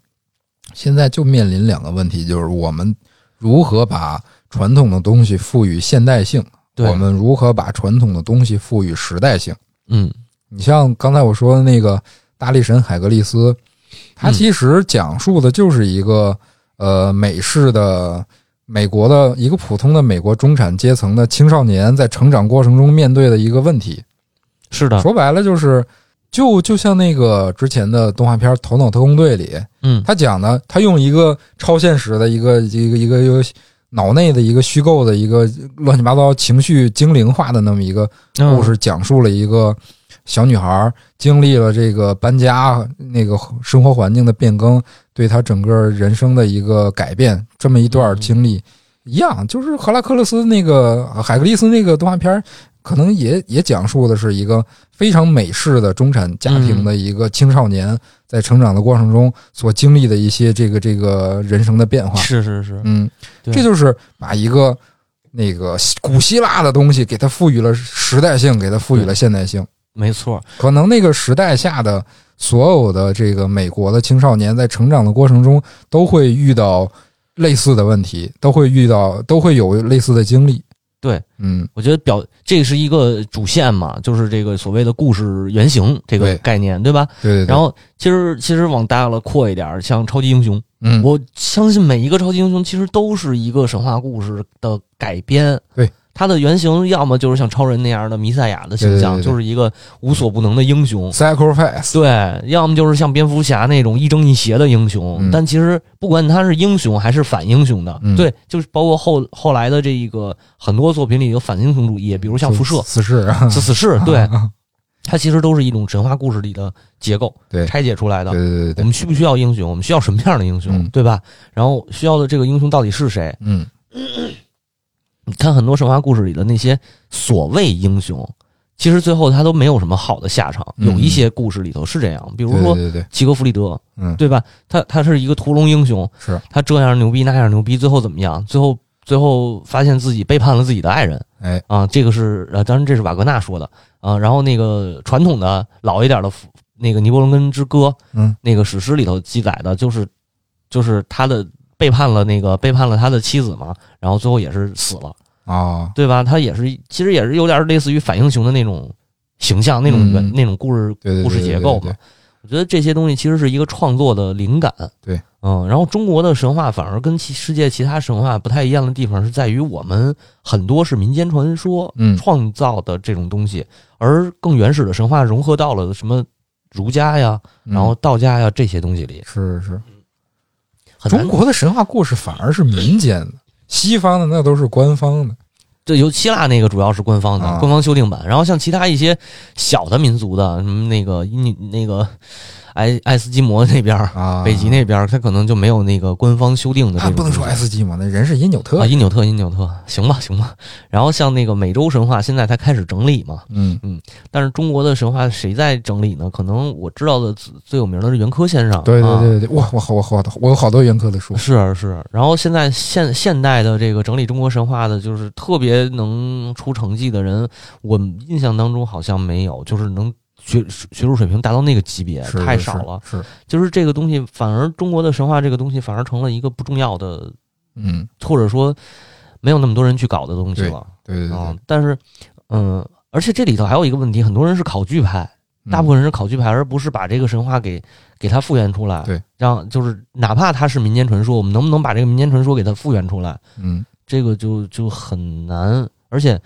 Speaker 1: 现在就面临两个问题，就是我们如何把传统的东西赋予现代性。
Speaker 2: 对，
Speaker 1: 我们如何把传统的东西赋予时代性。
Speaker 2: 嗯
Speaker 1: 你像刚才我说的那个大力神海格力斯，他
Speaker 2: 嗯
Speaker 1: 其实讲述的就是一个、呃美式的美国的一个普通的美国中产阶层的青少年在成长过程中面对的一个问题。
Speaker 2: 是的，
Speaker 1: 说白了就是。就就像那个之前的动画片《头脑特工队》里，
Speaker 2: 嗯
Speaker 1: 他讲的，他用一个超现实的一个一个一个一个脑内的一个虚构的一个乱七八糟情绪精灵化的那么一个
Speaker 2: 嗯
Speaker 1: 故事，讲述了一个小女孩经历了这个搬家那个生活环境的变更，对她整个人生的一个改变，这么一段经历一样，就是赫拉克勒斯那个海格力斯那个动画片儿可能也也讲述的是一个非常美式的中产家庭的一个青少年在成长的过程中所经历的一些这个这个人生的变
Speaker 2: 嗯
Speaker 1: 化。
Speaker 2: 是是是，
Speaker 1: 嗯，
Speaker 2: 对
Speaker 1: 这就是把一个那个古希腊的东西给它赋予了时代性，给它赋予了现代性。
Speaker 2: 没错，
Speaker 1: 可能那个时代下的所有的这个美国的青少年在成长的过程中都会遇到类似的问题，都会遇到，都会有类似的经历。
Speaker 2: 对，
Speaker 1: 嗯，
Speaker 2: 我觉得表这是一个主线嘛，就是这个所谓的故事原型这个
Speaker 1: 对
Speaker 2: 概念，对吧？
Speaker 1: 对对对。
Speaker 2: 然，后其实其实往大了扩一点儿，像超级英雄，
Speaker 1: 嗯，
Speaker 2: 我相信每一个超级英雄其实都是一个神话故事的改编。
Speaker 1: 对，
Speaker 2: 它的原型要么就是像超人那样的弥赛亚的形象，
Speaker 1: 对对对对
Speaker 2: 就是一个无所不能的英雄。
Speaker 1: sacrifice，
Speaker 2: 对，要么就是像蝙蝠侠那种一正一邪的英雄，
Speaker 1: 嗯
Speaker 2: 但其实不管他是英雄还是反英雄的，
Speaker 1: 嗯
Speaker 2: 对，就是包括后后来的这一个很多作品里有反英雄主义，比如像辐射、
Speaker 1: 死侍啊，
Speaker 2: 死死侍，对，它其实都是一种神话故事里的结构
Speaker 1: 对
Speaker 2: 拆解出来的
Speaker 1: 对。对对
Speaker 2: 我
Speaker 1: 对，
Speaker 2: 们需不需要英雄？我们需要什么样的英雄，
Speaker 1: 嗯
Speaker 2: 对吧？然后需要的这个英雄到底是谁？
Speaker 1: 嗯，
Speaker 2: 你看很多神话故事里的那些所谓英雄，其实最后他都没有什么好的下场。
Speaker 1: 嗯
Speaker 2: 有一些故事里头是这样，
Speaker 1: 比
Speaker 2: 比如说
Speaker 1: 嗯对对对，对
Speaker 2: 齐格弗里德，
Speaker 1: 嗯，
Speaker 2: 对吧？他他是一个屠龙英雄，
Speaker 1: 是，
Speaker 2: 他这样牛逼那样牛逼，最后怎么样？最后最后发现自己背叛了自己的爱人
Speaker 1: 哎，
Speaker 2: 啊！这个是呃，当然这是瓦格纳说的啊。然后那个传统的老一点的那个《尼伯龙根之歌》
Speaker 1: 嗯
Speaker 2: 那个史诗里头记载的，就是就是他的背叛了那个背叛了他的妻子嘛，然后最后也是死了，
Speaker 1: 啊，
Speaker 2: 对吧？他也是其实也是有点类似于反英雄的那种形象，那种原、
Speaker 1: 嗯
Speaker 2: 那种故事
Speaker 1: 对对对
Speaker 2: 故事结构
Speaker 1: 对对
Speaker 2: 嘛。我觉得这些东西其实是一个创作的灵感。
Speaker 1: 对，
Speaker 2: 嗯，然后中国的神话反而跟其世界其他神话不太一样的地方是在于，我们很多是民间传说
Speaker 1: 嗯
Speaker 2: 创造的这种东西，而更原始的神话融合到了什么儒家呀，
Speaker 1: 嗯
Speaker 2: 然后道家呀这些东西里。
Speaker 1: 是是，
Speaker 2: 很难
Speaker 1: 中国的神话故事反而是民间的，西方的那都是官方的。
Speaker 2: 对，由希腊那个主要是官方的、
Speaker 1: 啊
Speaker 2: 官方修订版，然后像其他一些小的民族的，什么那个印那个爱爱斯基摩那边儿、
Speaker 1: 啊，
Speaker 2: 北极那边儿，它可能就没有那个官方修订的这
Speaker 1: 啊，
Speaker 2: 种东西、
Speaker 1: 不能说爱斯基摩，那人是因纽特
Speaker 2: 啊，。因纽特，因纽特，行吧，行吧。然后像那个美洲神话，现在才开始整理嘛，
Speaker 1: 嗯
Speaker 2: 但是中国的神话谁在整理呢？可能我知道的最最有名的是袁科先生，
Speaker 1: 对对
Speaker 2: 啊
Speaker 1: 对对对，哇，我好我好我有好多袁科的书
Speaker 2: 是啊是啊，然后现在现现代的这个整理中国神话的，就是特别能出成绩的人，我印象当中好像没有，就是能学学术水平达到那个级别
Speaker 1: 是
Speaker 2: 太少了。，
Speaker 1: 是是是
Speaker 2: 就是这个东西，反而中国的神话这个东西反而成了一个不重要的，
Speaker 1: 嗯，
Speaker 2: 或者说没有那么多人去搞的东西了。
Speaker 1: 对对对
Speaker 2: 啊
Speaker 1: 对，，
Speaker 2: 但是嗯，而且这里头还有一个问题，很多人是考据派，
Speaker 1: 嗯
Speaker 2: 大部分人是考据派，而不是把这个神话给给它复原出来。
Speaker 1: 对，
Speaker 2: 让就是哪怕它是民间传说，我们能不能把这个民间传说给它复原出来？
Speaker 1: 嗯
Speaker 2: 这个就就很难。而且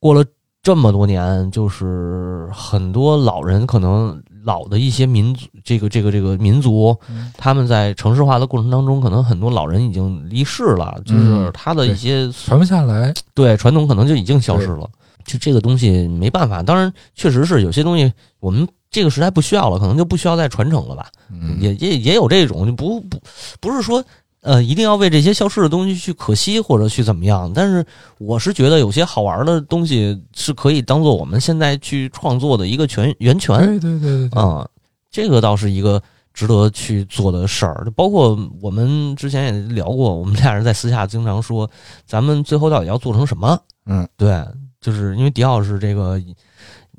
Speaker 2: 过了这么多年，就是很多老人可能老的一些民族，这个这个这个民族，
Speaker 1: 嗯
Speaker 2: 他们在城市化的过程当中，可能很多老人已经离世了，就是
Speaker 1: 嗯
Speaker 2: 他的一些
Speaker 1: 传不下来，
Speaker 2: 对传统可能就已经消失了。就这个东西没办法，当然确实是有些东西我们这个时代不需要了，可能就不需要再传承了吧。
Speaker 1: 嗯
Speaker 2: 也也也有这种，就不不不是说呃一定要为这些消失的东西去可惜或者去怎么样。但是我是觉得有些好玩的东西是可以当做我们现在去创作的一个泉源泉
Speaker 1: 对对对对 对，
Speaker 2: 啊、这个倒是一个。值得去做的事儿，包括我们之前也聊过，我们俩人在私下经常说，咱们最后到底要做成什么？
Speaker 1: 嗯，
Speaker 2: 对，就是因为迪奥是这个，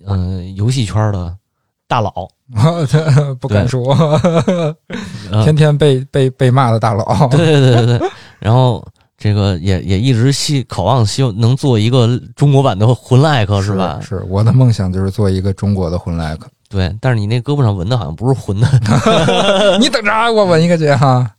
Speaker 2: 嗯、游戏圈的大佬，
Speaker 1: 不敢说，
Speaker 2: 呃、
Speaker 1: 天天被被被骂的大佬，
Speaker 2: 对对对对对，然后这个也也一直希渴望希望能做一个中国版的魂 like 是吧？
Speaker 1: 是我的梦想就是做一个中国的混 like，
Speaker 2: 对，但是你那胳膊上纹的好像不是魂的。
Speaker 1: 你等着啊，我纹一个去哈，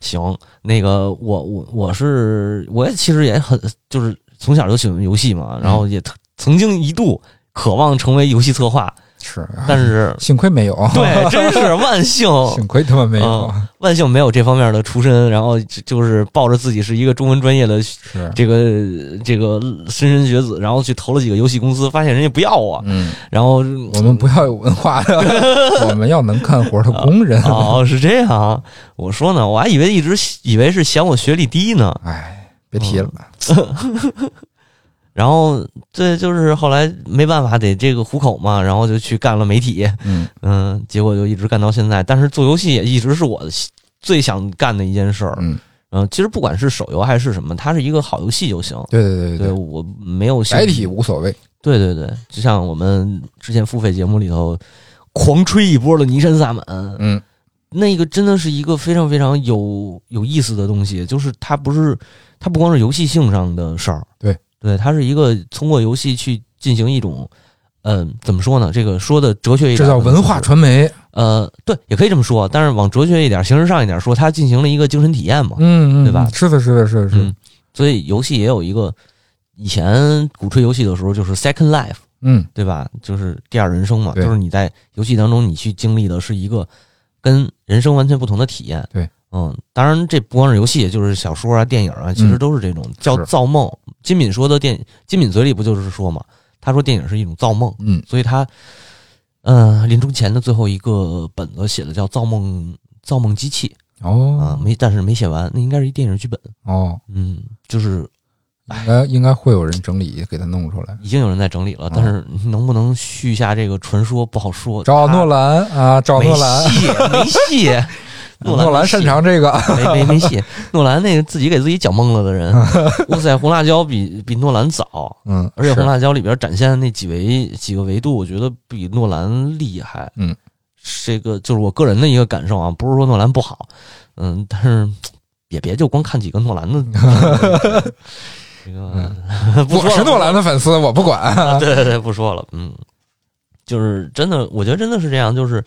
Speaker 2: 行，那个我我我是我也其实也很就是从小就喜欢游戏嘛，然后也特曾经一度渴望成为游戏策划，
Speaker 1: 是，
Speaker 2: 但是
Speaker 1: 幸亏没有，
Speaker 2: 对，哦真是万幸。
Speaker 1: 幸亏他妈没有，
Speaker 2: 嗯万幸没有这方面的出身，然后就就是抱着自己是一个中文专业的
Speaker 1: 是，
Speaker 2: 这个这个莘莘学子，然后去投了几个游戏公司，发现人家不要我，
Speaker 1: 嗯，
Speaker 2: 然后
Speaker 1: 我们不要有文化的，我们要能干活的工人，
Speaker 2: 哦是这样啊，我说呢，我还以为一直以为是嫌我学历低呢，
Speaker 1: 哎，别提了，
Speaker 2: 然后这就是后来没办法得这个糊口嘛，然后就去干了媒体，
Speaker 1: 嗯
Speaker 2: 嗯，结果就一直干到现在，但是做游戏也一直是我最想干的一件事儿，
Speaker 1: 嗯，
Speaker 2: 嗯，其实不管是手游还是什么，它是一个好游戏就行。
Speaker 1: 对对对
Speaker 2: 对，
Speaker 1: 对，
Speaker 2: 我没有兴
Speaker 1: 载
Speaker 2: 趣
Speaker 1: 体无所谓，
Speaker 2: 对对对，就像我们之前付费节目里头狂吹一波的《尼山萨满》，
Speaker 1: 嗯
Speaker 2: 那个真的是一个非常非常有有意思的东西，就是它不是它不光是游戏性上的事儿，
Speaker 1: 对
Speaker 2: 对，它是一个通过游戏去进行一种。嗯，怎么说呢？这个说的哲学一
Speaker 1: 这
Speaker 2: 点，
Speaker 1: 叫文化。传媒，
Speaker 2: 呃，对，也可以这么说，但是往哲学一点、形式上一点说，它进行了一个精神体验嘛。
Speaker 1: 嗯嗯，
Speaker 2: 对吧
Speaker 1: 嗯是的，是的，是的，是的
Speaker 2: 嗯，所以游戏也有一个，以前鼓吹游戏的时候就是 Second Life，
Speaker 1: 嗯
Speaker 2: 对吧？就是第二人生嘛，
Speaker 1: 对
Speaker 2: 就是你在游戏当中你去经历的是一个跟人生完全不同的体验。
Speaker 1: 对，
Speaker 2: 嗯，当然这不光是游戏，就是小说啊、电影啊，其实都是这种、叫
Speaker 1: 嗯是
Speaker 2: 造梦。金敏说的电，金敏嘴里不就是说嘛，他说电影是一种造梦，
Speaker 1: 嗯，
Speaker 2: 所以他，呃，临终前的最后一个本子写的叫《造梦造梦机器》啊、
Speaker 1: 哦
Speaker 2: 没，但是没写完，那应该是一电影剧本。
Speaker 1: 哦，
Speaker 2: 嗯，就是
Speaker 1: 应该应该会有人整理给他弄出来。
Speaker 2: 已经有人在整理了，但是能不能续下这个传说不好说。
Speaker 1: 啊找
Speaker 2: 他
Speaker 1: 诺兰啊，找诺兰，
Speaker 2: 没戏，没戏。
Speaker 1: 诺
Speaker 2: 兰
Speaker 1: 兰
Speaker 2: 没戏
Speaker 1: 擅，长这个。
Speaker 2: 没没没戏。诺兰那个自己给自己讲懵了 的人，哇塞，红辣椒比比诺兰早，
Speaker 1: 嗯，
Speaker 2: 而且红
Speaker 1: 是
Speaker 2: 辣椒里边展现的那几维几个维度，我觉得比诺兰厉害。
Speaker 1: 嗯，
Speaker 2: 这个就是我个人的一个感受啊，不是说诺兰不好，嗯，但是也别就光看几个诺 兰的，这个 不
Speaker 1: 我嗯
Speaker 2: 说
Speaker 1: 是
Speaker 2: 了
Speaker 1: 诺兰的粉丝，我不管。
Speaker 2: 啊， 对 对对，不说了，嗯，就是真的，我觉得真的是这样，就是，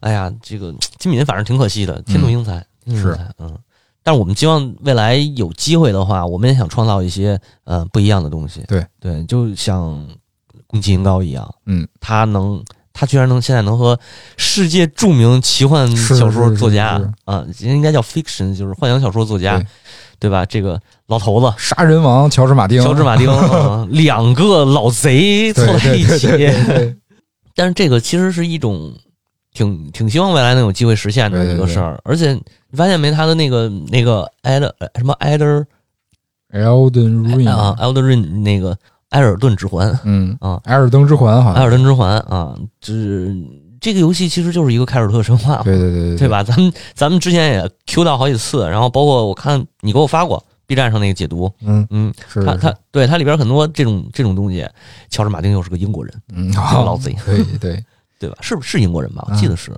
Speaker 2: 哎呀，这个金敏反正挺可惜的，天妒英才，天妒英才，嗯。但是我们希望未来有机会的话，我们也想创造一些呃不一样的东西。
Speaker 1: 对
Speaker 2: 对，就像宫崎英高一样，
Speaker 1: 嗯，
Speaker 2: 他能，他居然能现在能和世界著名奇幻小说作家
Speaker 1: 是是是
Speaker 2: 啊、应该叫 fiction，就是幻想小说作家，
Speaker 1: 对
Speaker 2: 对吧？这个老头子
Speaker 1: 杀人王乔治马丁，
Speaker 2: 乔治马 丁，啊两个老贼凑
Speaker 1: 对
Speaker 2: 在
Speaker 1: 对
Speaker 2: 一
Speaker 1: 对
Speaker 2: 起，
Speaker 1: 对对
Speaker 2: 但是这个其实是一种挺挺希望未来能有机会实现的
Speaker 1: 对对
Speaker 2: 一个事儿。而且你发现没，他的那个那个埃德什么埃德
Speaker 1: Elden Ring，
Speaker 2: 啊埃德润那个埃尔顿之环，
Speaker 1: 嗯
Speaker 2: 啊
Speaker 1: 艾尔登之环好
Speaker 2: 埃
Speaker 1: 像，
Speaker 2: 尔顿之环啊，这这个游戏其实就是一个凯尔特神话，
Speaker 1: 对对对对
Speaker 2: 对？吧？咱们咱们之前也 Q 到好几次，然后包括我看你给我发过 B 站上那个解读，
Speaker 1: 嗯，
Speaker 2: 嗯，
Speaker 1: 是
Speaker 2: 他
Speaker 1: 是
Speaker 2: 他对他里边很多这种这种东西，乔治马丁又是个英国人，
Speaker 1: 嗯，
Speaker 2: 这
Speaker 1: 好
Speaker 2: 个老贼，
Speaker 1: 对 对，
Speaker 2: 对吧？是不是英国人吧？我
Speaker 1: 啊
Speaker 2: 记得是，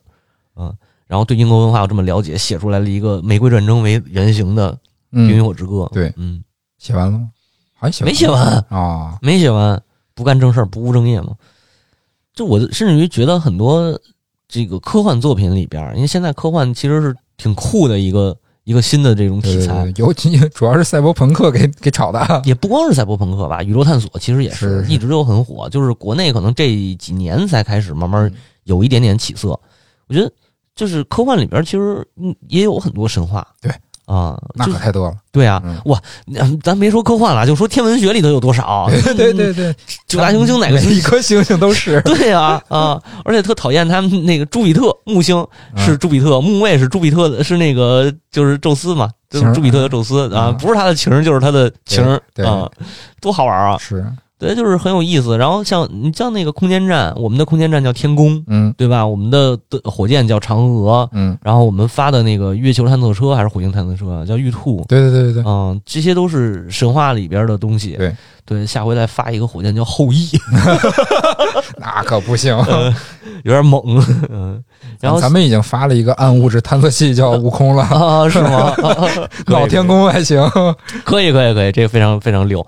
Speaker 2: 嗯。然后对英国文化有这么了解，写出来了一个《玫瑰战争》为原型的《冰与
Speaker 1: 嗯，
Speaker 2: 火之歌》
Speaker 1: 对
Speaker 2: 嗯，
Speaker 1: 写完了吗？好像写
Speaker 2: 没写完，
Speaker 1: 啊，
Speaker 2: 没写完，不干正事儿，不务正业嘛。就我甚至于觉得很多这个科幻作品里边儿，因为现在科幻其实是挺酷的一个一个新的这种
Speaker 1: 对
Speaker 2: 题
Speaker 1: 对
Speaker 2: 材
Speaker 1: 对，，尤其 主要是赛博朋克给给炒 的，啊
Speaker 2: 也不光是赛博朋克吧，宇宙探索其实也
Speaker 1: 是是
Speaker 2: 一直都很火，就是国内可能这几年才开始慢慢
Speaker 1: 嗯
Speaker 2: 有一点点起色。我觉得就是科幻里边其实嗯也有很多神话，
Speaker 1: 对
Speaker 2: 啊，
Speaker 1: 那
Speaker 2: 就
Speaker 1: 可太多了。
Speaker 2: 对啊，
Speaker 1: 嗯
Speaker 2: 哇，那咱别说科幻了，就说天文学里头有多少，
Speaker 1: 对对对对，
Speaker 2: 啊 九大行星哪个
Speaker 1: 每
Speaker 2: 星
Speaker 1: 一？颗星星都是
Speaker 2: 对啊，啊，而且特讨厌他们那个朱比特木星
Speaker 1: 嗯
Speaker 2: 是朱比特，木卫是朱比特的，是那个就是宙斯嘛，就
Speaker 1: 情
Speaker 2: 是
Speaker 1: 儿
Speaker 2: 朱比特的宙斯啊，
Speaker 1: 嗯
Speaker 2: 不是他的情人就是他的情儿
Speaker 1: 对对
Speaker 2: 啊，多好玩啊！
Speaker 1: 是，
Speaker 2: 对，就是很有意思。然后像你像那个空间站，我们的空间站叫天宫，
Speaker 1: 嗯
Speaker 2: 对吧？我们的的火箭叫嫦娥，
Speaker 1: 嗯，
Speaker 2: 然后我们发的那个月球探测车还是火星探测车啊，叫玉兔。
Speaker 1: 对对对对对，
Speaker 2: 嗯，这些都是神话里边的东西。
Speaker 1: 对
Speaker 2: 对，下回再发一个火箭叫后羿，
Speaker 1: 那可不行。
Speaker 2: 有点猛。嗯，呃然后
Speaker 1: 咱们已经发了一个暗物质探测器，叫悟空了，
Speaker 2: 啊，是 吗？啊啊可以
Speaker 1: 老天宫还行。
Speaker 2: 可以可以可以，这个非常非常溜。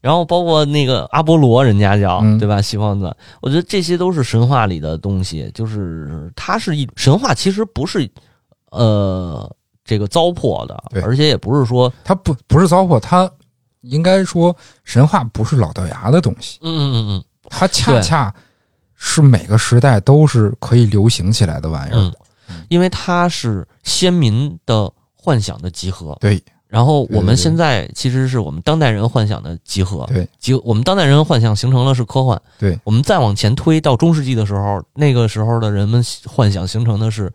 Speaker 2: 然后包括那个阿波罗，人家叫、
Speaker 1: 嗯
Speaker 2: 对吧？西方的，我觉得这些都是神话里的东西，就是它是一神话，其实不是呃这个糟粕的
Speaker 1: 对，
Speaker 2: 而且也不是说
Speaker 1: 它不不是糟粕，它应该说神话不是老掉牙的东西，
Speaker 2: 嗯嗯嗯
Speaker 1: 它恰
Speaker 2: 对
Speaker 1: 恰是每个时代都是可以流行起来的玩意儿。
Speaker 2: 嗯嗯，因为它是先民的幻想的集合，
Speaker 1: 对，
Speaker 2: 然后我
Speaker 1: 对对
Speaker 2: 们
Speaker 1: 对
Speaker 2: 现在其实是我们当代人幻想的集合，
Speaker 1: 对，
Speaker 2: 集我们当代人幻想形成了是科幻，
Speaker 1: 对，
Speaker 2: 我们再往前推到中世纪的时候，那个时候的人们幻想形成的是，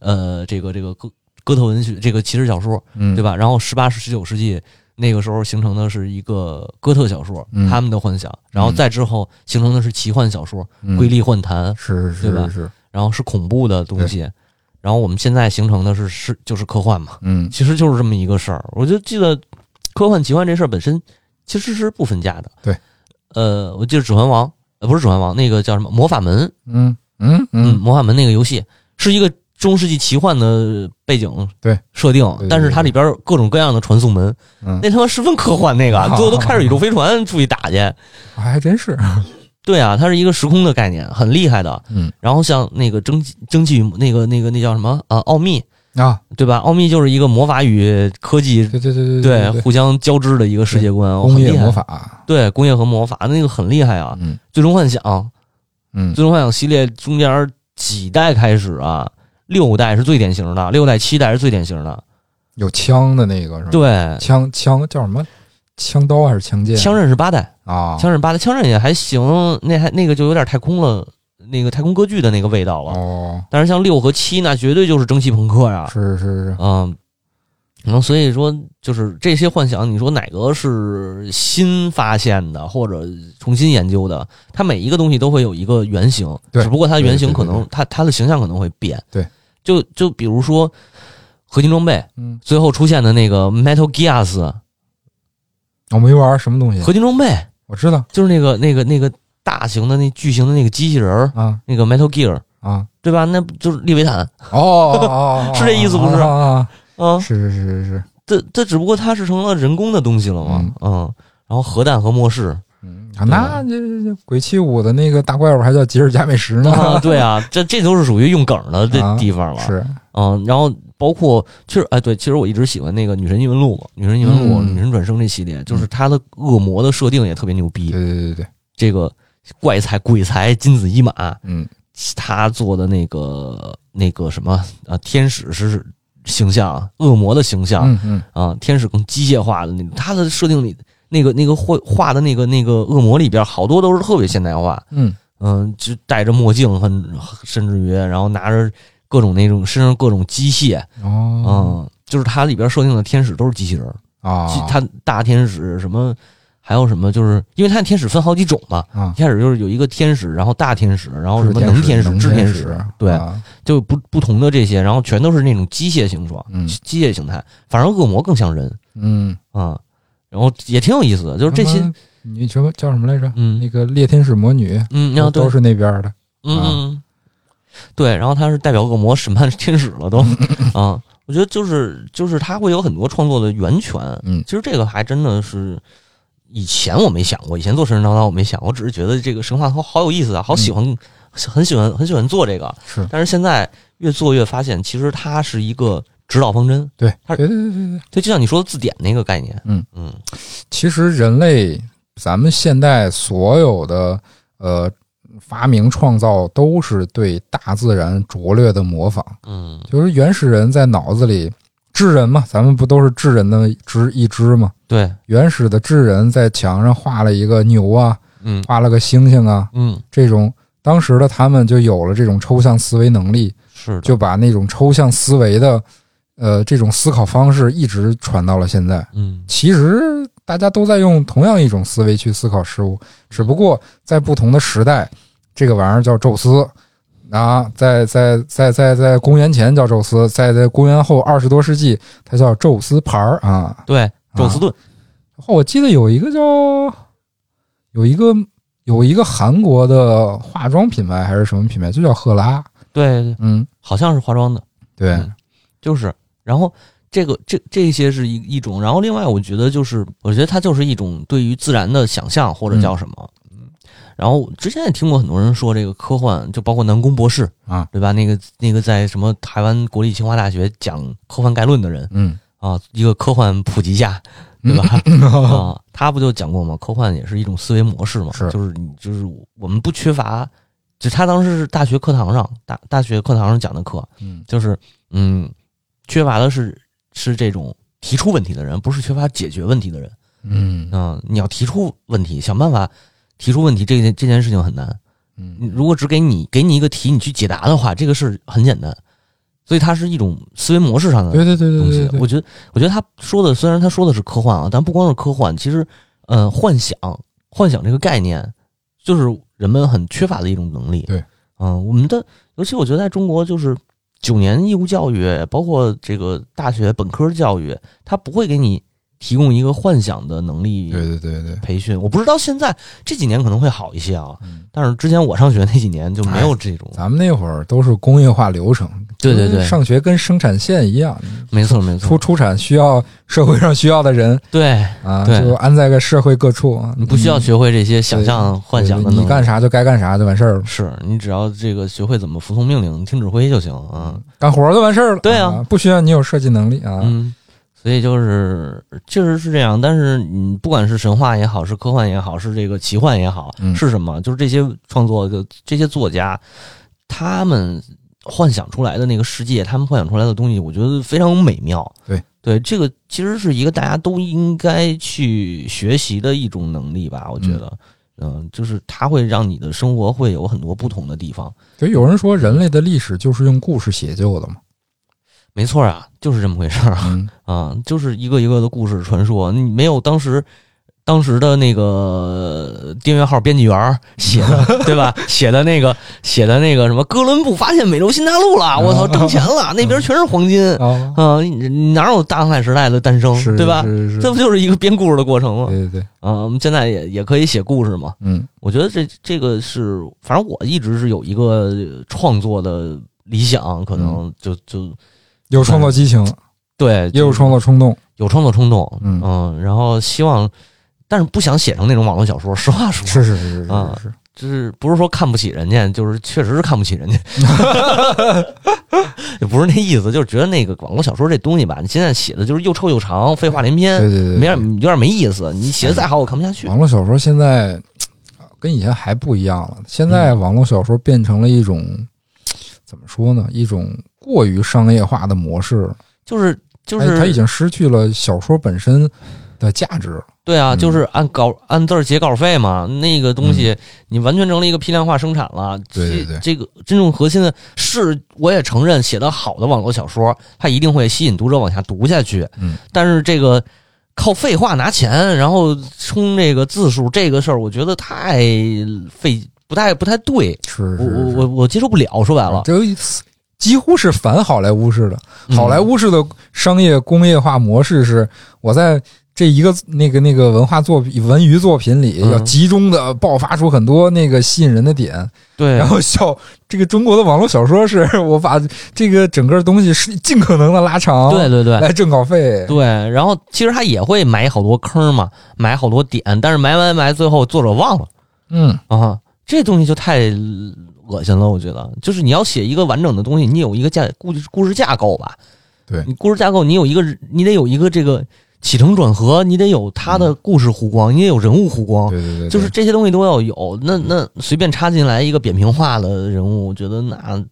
Speaker 2: 呃，这个这个哥哥特文学这个骑士小说，
Speaker 1: 嗯，
Speaker 2: 对
Speaker 1: 吧？
Speaker 2: 吧？然后十八、十九世纪那个时候形成的是一个哥特小说，
Speaker 1: 嗯
Speaker 2: 他们的幻想，然后再之后形成的是奇幻小说，
Speaker 1: 嗯
Speaker 2: 瑰丽幻谈，
Speaker 1: 是是
Speaker 2: 对吧
Speaker 1: 是是，
Speaker 2: 然后是恐怖的东西，然后我们现在形成的是是就是科幻嘛，
Speaker 1: 嗯，
Speaker 2: 其实就是这么一个事儿。我就记得科幻奇幻这事儿本身其实是不分家的。
Speaker 1: 对，
Speaker 2: 呃，我记得《指环王》呃不是《指环王》，那个叫什么《魔法门》？
Speaker 1: 嗯嗯
Speaker 2: 嗯，
Speaker 1: 嗯，
Speaker 2: 魔法门》那个游戏是一个中世纪奇幻的背景
Speaker 1: 对
Speaker 2: 设定，
Speaker 1: 对对
Speaker 2: 但是它
Speaker 1: 对
Speaker 2: 里边各种各样的传送门，
Speaker 1: 嗯
Speaker 2: 那他妈十分科幻， 那个
Speaker 1: 好
Speaker 2: 最后都开着宇宙飞船出去打去。
Speaker 1: 还真是，
Speaker 2: 对啊，它是一个时空的概念，很厉害的。
Speaker 1: 嗯
Speaker 2: 然后像那个蒸汽蒸汽与那个那个那叫什么啊？奥秘
Speaker 1: 啊，
Speaker 2: 对吧？奥秘就是一个魔法与科技
Speaker 1: 对对对
Speaker 2: 对
Speaker 1: 对对，
Speaker 2: 互相交织的一个世界观，
Speaker 1: 工
Speaker 2: 很
Speaker 1: 业
Speaker 2: 厉害啊
Speaker 1: 魔，法，
Speaker 2: 对工业和魔法那个很厉害啊！
Speaker 1: 嗯
Speaker 2: 最终幻想，
Speaker 1: 嗯，
Speaker 2: 最终幻想系列中间几代开始啊，六代是最典型的，六代七代是最典型的，
Speaker 1: 有枪的那个是吧？
Speaker 2: 对。
Speaker 1: 枪枪叫什么？枪刀还是枪剑？
Speaker 2: 枪刃是八代，
Speaker 1: 啊，
Speaker 2: 枪刃八代，枪刃也还行，那还那个就有点太空了，那个太空歌剧的那个味道了。
Speaker 1: 哦，
Speaker 2: 但是像六和七，那绝对就是蒸汽朋克呀，
Speaker 1: 是是是，
Speaker 2: 嗯，然后所以说就是这些幻想，你说哪个是新发现的或者重新研究的？它每一个东西都会有一个原型，
Speaker 1: 对
Speaker 2: 只不过它的原型可
Speaker 1: 对对
Speaker 2: 能
Speaker 1: 对
Speaker 2: 它它的形象可能会变。
Speaker 1: 对，
Speaker 2: 就就比如说合金装备
Speaker 1: 嗯，
Speaker 2: 最后出现的那个 Metal Gears
Speaker 1: 我没玩儿什么东西，
Speaker 2: 合金装备，
Speaker 1: 我知道
Speaker 2: 就是那个那个那个大型的那巨型的那个机器人儿，
Speaker 1: 啊
Speaker 2: 那个 Metal Gear，
Speaker 1: 啊，
Speaker 2: 对吧？那不就是利维坦
Speaker 1: 哦哦哦，哦
Speaker 2: 是这意思不是
Speaker 1: 啊啊啊
Speaker 2: 啊？
Speaker 1: 是是是是是，
Speaker 2: 这这只不过它是成了人工的东西了嘛，嗯。然后核弹和末世
Speaker 1: 嗯，啊那这这这鬼泣五的那个大怪物还叫吉尔加美什呢，
Speaker 2: 啊，对啊，这这都是属于用梗的这
Speaker 1: 啊
Speaker 2: 地方了。
Speaker 1: 是，
Speaker 2: 嗯，然后包括其实哎，对，其实我一直喜欢那个《女神异闻录》嘛，《女神异闻录》
Speaker 1: 嗯
Speaker 2: 女神转生》这系列，就是它的恶魔的设定也特别牛
Speaker 1: 对
Speaker 2: 逼。
Speaker 1: 对对对，
Speaker 2: 这个怪才鬼才金子伊玛，
Speaker 1: 嗯
Speaker 2: 他做的那个那个什么啊，天使是形象，恶魔的形象
Speaker 1: 嗯嗯，
Speaker 2: 啊，天使更机械化的那种。他的设定里那个那个绘画的那个那个恶魔里边，好多都是特别现代化，
Speaker 1: 嗯
Speaker 2: 嗯，就戴着墨镜，很甚至于，然后拿着各种那种身上各种机械，
Speaker 1: 哦
Speaker 2: 嗯，就是它里边设定的天使都是机器人儿，机
Speaker 1: 啊
Speaker 2: 它大天使什么，还有什么，就是因为它天使分好几种嘛。
Speaker 1: 啊
Speaker 2: 一，开始就是有一个天使，然后大天使，然后什么能
Speaker 1: 天
Speaker 2: 天使、
Speaker 1: 能
Speaker 2: 智
Speaker 1: 天
Speaker 2: 使，对，
Speaker 1: 啊
Speaker 2: 就不不同的这些，然后全都是那种机械形状、
Speaker 1: 嗯
Speaker 2: 机械形态，反而恶魔更像人
Speaker 1: 嗯，
Speaker 2: 啊、然后也挺有意思的，就是这些
Speaker 1: 他，妈，你什么叫什么来着？
Speaker 2: 嗯
Speaker 1: 那个猎天使魔女，
Speaker 2: 嗯，然后对
Speaker 1: 都，是那边的，
Speaker 2: 嗯
Speaker 1: 啊
Speaker 2: 嗯，对，然后他是代表恶魔审判天使 了都啊，我觉得就是就是他会有很多创作的源泉，
Speaker 1: 嗯
Speaker 2: 其实这个还真的是。以前我没想过，以前做神神叨叨我没想过，我只是觉得这个神话好好有意思
Speaker 1: 嗯
Speaker 2: 啊，好喜欢，很喜欢，很喜欢做这个。
Speaker 1: 是
Speaker 2: 但是现在越做越发现，其实它是一个指导方针，
Speaker 1: 对，
Speaker 2: 它
Speaker 1: 对对对对对。
Speaker 2: 对，就像你说的字典那个概念，
Speaker 1: 嗯
Speaker 2: 嗯
Speaker 1: 其实人类，咱们现代所有的呃发明创造，都是对大自然拙劣的模仿。
Speaker 2: 嗯，
Speaker 1: 就是原始人在脑子里，智人嘛，咱们不都是智人的只一只嘛？
Speaker 2: 对，
Speaker 1: 原始的智人在墙上画了一个牛啊，
Speaker 2: 嗯
Speaker 1: 画了个星星啊，
Speaker 2: 嗯，
Speaker 1: 这种当时的他们就有了这种抽象思维能力，
Speaker 2: 是的，
Speaker 1: 就把那种抽象思维的呃这种思考方式一直传到了现在。
Speaker 2: 嗯
Speaker 1: 其实大家都在用同样一种思维去思考事物，只不过在不同的时代，这个玩意儿叫宙斯啊，在在在在在公元前叫宙斯，在在公元后二十多世纪，它叫宙斯牌儿啊。
Speaker 2: 对，宙斯盾，
Speaker 1: 然后我记得有一个叫有一个有一个韩国的化妆品牌还是什么品牌，就叫赫拉。
Speaker 2: 对对，
Speaker 1: 嗯，
Speaker 2: 好像是化妆的，
Speaker 1: 对，
Speaker 2: 嗯就是，然后。这个这这些是一一种，然后另外我觉得就是，我觉得它就是一种对于自然的想象或者叫什么，嗯，然后之前也听过很多人说这个科幻，就包括南宫博士
Speaker 1: 啊，
Speaker 2: 对吧？那个那个在什么台湾国立清华大学讲科幻概论的人
Speaker 1: 嗯，
Speaker 2: 啊，一个科幻普及家，对吧？ 啊，他不就讲过吗？科幻也是一种思维模式嘛，
Speaker 1: 是
Speaker 2: 就是你就是我们不缺乏，就他当时是大学课堂上大大学课堂上讲的课，
Speaker 1: 嗯
Speaker 2: 就是嗯，缺乏的是是这种提出问题的人，不是缺乏解决问题的人。
Speaker 1: 嗯
Speaker 2: 嗯、你要提出问题，想办法提出问题，这件这件事情很难。你
Speaker 1: 嗯，
Speaker 2: 如果只给你给你一个题，你去解答的话，这个事儿很简单。所以它是一种思维模式上的
Speaker 1: 对对对
Speaker 2: 东
Speaker 1: 对
Speaker 2: 西
Speaker 1: 对。对，
Speaker 2: 我觉得，我觉得他说的虽然他说的是科幻啊，但不光是科幻，其实，呃，幻想，幻想这个概念，就是人们很缺乏的一种能力。
Speaker 1: 对，
Speaker 2: 嗯、我们的，尤其我觉得在中国，就是九年义务教育，包括这个大学本科教育，它不会给你提供一个幻想的能力
Speaker 1: 对对对对，
Speaker 2: 培训。我不知道现在这几年可能会好一些啊，
Speaker 1: 嗯。
Speaker 2: 但是之前我上学那几年就没有这种。
Speaker 1: 咱们那会儿都是工业化流程，
Speaker 2: 对对对，
Speaker 1: 上学跟生产线一样，
Speaker 2: 没错没错
Speaker 1: 出，出产需要社会上需要的人
Speaker 2: 对
Speaker 1: 啊，
Speaker 2: 对
Speaker 1: 就安在个社会各处啊，
Speaker 2: 你不需要
Speaker 1: 嗯
Speaker 2: 学会这些想象幻想的
Speaker 1: 对
Speaker 2: 能
Speaker 1: 你
Speaker 2: 力。
Speaker 1: 干啥就该干啥就完事儿了，
Speaker 2: 是你只要这个学会怎么服从命令、听指挥就行啊。
Speaker 1: 干活儿就完事儿了，
Speaker 2: 对啊
Speaker 1: 啊，不需要你有设计能力啊，
Speaker 2: 嗯，所以就是确实是这样，但是你不管是神话也好，是科幻也好，是这个奇幻也好，
Speaker 1: 嗯
Speaker 2: 是什么，就是这些创作的这些作家，他们幻想出来的那个世界，他们幻想出来的东西，我觉得非常美妙。
Speaker 1: 对
Speaker 2: 对，这个其实是一个大家都应该去学习的一种能力吧，我觉得。嗯就是它会让你的生活会有很多不同的地方，
Speaker 1: 所以有人说人类的历史就是用故事写就的嘛，
Speaker 2: 没错啊，就是这么回事儿啊。
Speaker 1: 嗯，
Speaker 2: 啊，就是一个一个的故事传说，你没有当时当时的那个订阅号编辑员儿写的，对吧？写的那个写的那个什么哥伦布发现美洲新大陆了，我操，挣钱了，那边全是黄金
Speaker 1: 哦，
Speaker 2: 啊，你你哪有大航海时代的诞生，
Speaker 1: 是，
Speaker 2: 对吧？
Speaker 1: 是是
Speaker 2: 这
Speaker 1: 是，
Speaker 2: 不就是一个编故事的过程吗
Speaker 1: 对？对对，
Speaker 2: 啊，我们现在也也可以写故事嘛。
Speaker 1: 嗯
Speaker 2: 我觉得这这个是，反正我一直是有一个创作的理想，可能就就
Speaker 1: 有创作激情，
Speaker 2: 嗯对，
Speaker 1: 嗯也有
Speaker 2: 就是
Speaker 1: 创作冲动，
Speaker 2: 有创作冲动，
Speaker 1: 嗯
Speaker 2: 然后希望，但是不想写成那种网络小说，实话说，
Speaker 1: 是是是是
Speaker 2: 啊
Speaker 1: 是是，
Speaker 2: 就是不是说看不起人家，就是确实是看不起人 家， 也不是那意思，就是觉得那个网络小说这东西吧，你现在写的就是又臭又长，废话连篇，
Speaker 1: 对对对对
Speaker 2: 没点有点没意思，你写的再好我看不下去，
Speaker 1: 网络小说现在呃跟以前还不一样了，现
Speaker 2: 嗯
Speaker 1: 在网络小说变成了一种、怎么说呢？一种过于商业化的模式了，
Speaker 2: 就是就
Speaker 1: 它它已
Speaker 2: 是
Speaker 1: 经失去了小说本身的价值了。
Speaker 2: 对啊，
Speaker 1: 嗯
Speaker 2: 就是按稿按字儿结稿费嘛，那个东西你完全成了一个批量化生产了。
Speaker 1: 对对
Speaker 2: 这
Speaker 1: 对
Speaker 2: 这个真正核心的是，我也承认写的好的网络小说，它一定会吸引读者往下读下去。
Speaker 1: 嗯，
Speaker 2: 但是这个靠废话拿钱，然后冲这个字数这个事儿，我觉得太费，不太不太对，
Speaker 1: 是是
Speaker 2: 我我
Speaker 1: 是，
Speaker 2: 我我接受不了。说白了，嗯
Speaker 1: 就几乎是反好莱坞式的。嗯好莱
Speaker 2: 坞。
Speaker 1: 坞式的商业工业化模式是，我在这一个那个那个文化作品、文娱作品里，
Speaker 2: 嗯
Speaker 1: 要集中的爆发出很多那个吸引人的点，
Speaker 2: 对，
Speaker 1: 然后小这个中国的网络小说是 我把这个整个东西是尽可能的拉长，
Speaker 2: 对对对，
Speaker 1: 来挣稿费。
Speaker 2: 对，然后其实他也会埋好多坑嘛，埋好多点，但是埋埋埋，最后作者忘了
Speaker 1: 嗯，
Speaker 2: 啊，这东西就太恶心了。我觉得，就是你要写一个完整的东西，你有一个架故故事架构吧，
Speaker 1: 对
Speaker 2: 你故事架构，你有一个，你得有一个这个起承转合，你得有它的故事弧光，你得有人物弧光，
Speaker 1: 对对对，
Speaker 2: 就是这些东西都要有。那那随便插进来一个扁平化的人物，我觉得那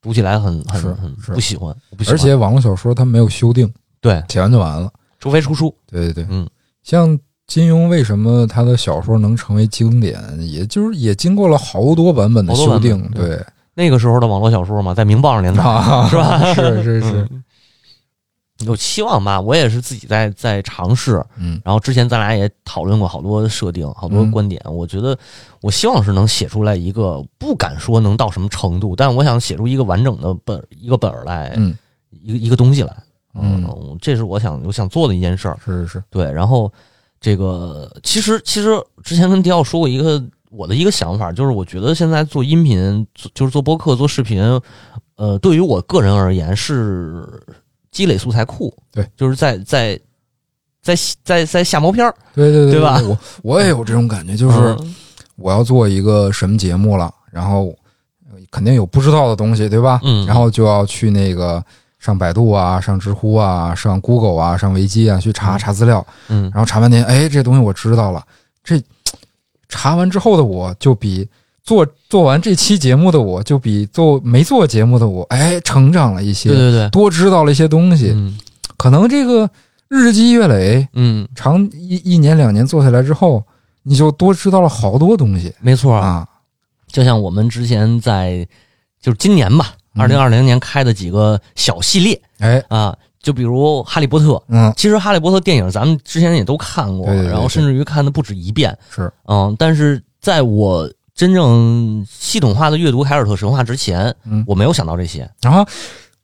Speaker 2: 读起来很
Speaker 1: 是
Speaker 2: 很很
Speaker 1: 是
Speaker 2: 不喜欢，我不喜
Speaker 1: 而
Speaker 2: 欢。
Speaker 1: 且网络小说它没有修订，
Speaker 2: 对，
Speaker 1: 写完就完了。
Speaker 2: 除非出书，
Speaker 1: 对对对，
Speaker 2: 嗯，
Speaker 1: 像金庸为什么他的小说能成为经典，也就是也经过了好多版本的
Speaker 2: 好多
Speaker 1: 修
Speaker 2: 版本
Speaker 1: 订，
Speaker 2: 对
Speaker 1: 对。
Speaker 2: 那个时候的网络小说嘛，在《明报》上连载，
Speaker 1: 啊，
Speaker 2: 是吧？
Speaker 1: 是是是，
Speaker 2: 嗯有期望吧？我也是自己在在尝试，
Speaker 1: 嗯，
Speaker 2: 然后之前咱俩也讨论过好多设定、好多
Speaker 1: 嗯
Speaker 2: 观点。我觉得我希望是能写出来一个，不敢说能到什么程度，但我想写出一个完整的本一个本儿来，
Speaker 1: 嗯
Speaker 2: 一个一个东西来。
Speaker 1: 嗯，
Speaker 2: 这是我想我想做的一件事儿。
Speaker 1: 是是是，
Speaker 2: 对，然后这个其实其实之前跟迪奥说过一个我的一个想法，就是我觉得现在做音频，做就是做播客、做视频，呃，对于我个人而言是积累素材库，
Speaker 1: 对，
Speaker 2: 就是在在在在在下毛片儿，
Speaker 1: 对对
Speaker 2: 对吧
Speaker 1: 我我也有这种感觉，就是
Speaker 2: 嗯
Speaker 1: 我要做一个什么节目了，然后呃肯定有不知道的东西，对吧？
Speaker 2: 嗯
Speaker 1: 然后就要去那个上百度啊，上知乎啊，上 Google 啊，上维基啊，去查
Speaker 2: 嗯
Speaker 1: 查资料，
Speaker 2: 嗯，
Speaker 1: 然后查半天，哎，这东西我知道了，这查完之后的我就比。做做完这期节目的我，就比做没做节目的我，哎，成长了一些，
Speaker 2: 对对对，
Speaker 1: 多知道了一些东西。
Speaker 2: 嗯
Speaker 1: 可能这个日积月累，
Speaker 2: 嗯，
Speaker 1: 长一一年两年做下来之后，你就多知道了好多东西
Speaker 2: 没错，
Speaker 1: 啊。
Speaker 2: 就像我们之前在就是今年吧，
Speaker 1: 嗯
Speaker 2: 二零二零年开的几个小系列
Speaker 1: 哎，
Speaker 2: 啊，就比如《哈利波特》，
Speaker 1: 嗯，
Speaker 2: 其实《哈利波特》电影咱们之前也都看过，
Speaker 1: 对对对对
Speaker 2: 然后甚至于看的不止一遍，
Speaker 1: 是，
Speaker 2: 嗯，但是在我真正系统化的阅读《凯尔特神话》之前，
Speaker 1: 嗯
Speaker 2: 我没有想到这些，
Speaker 1: 然后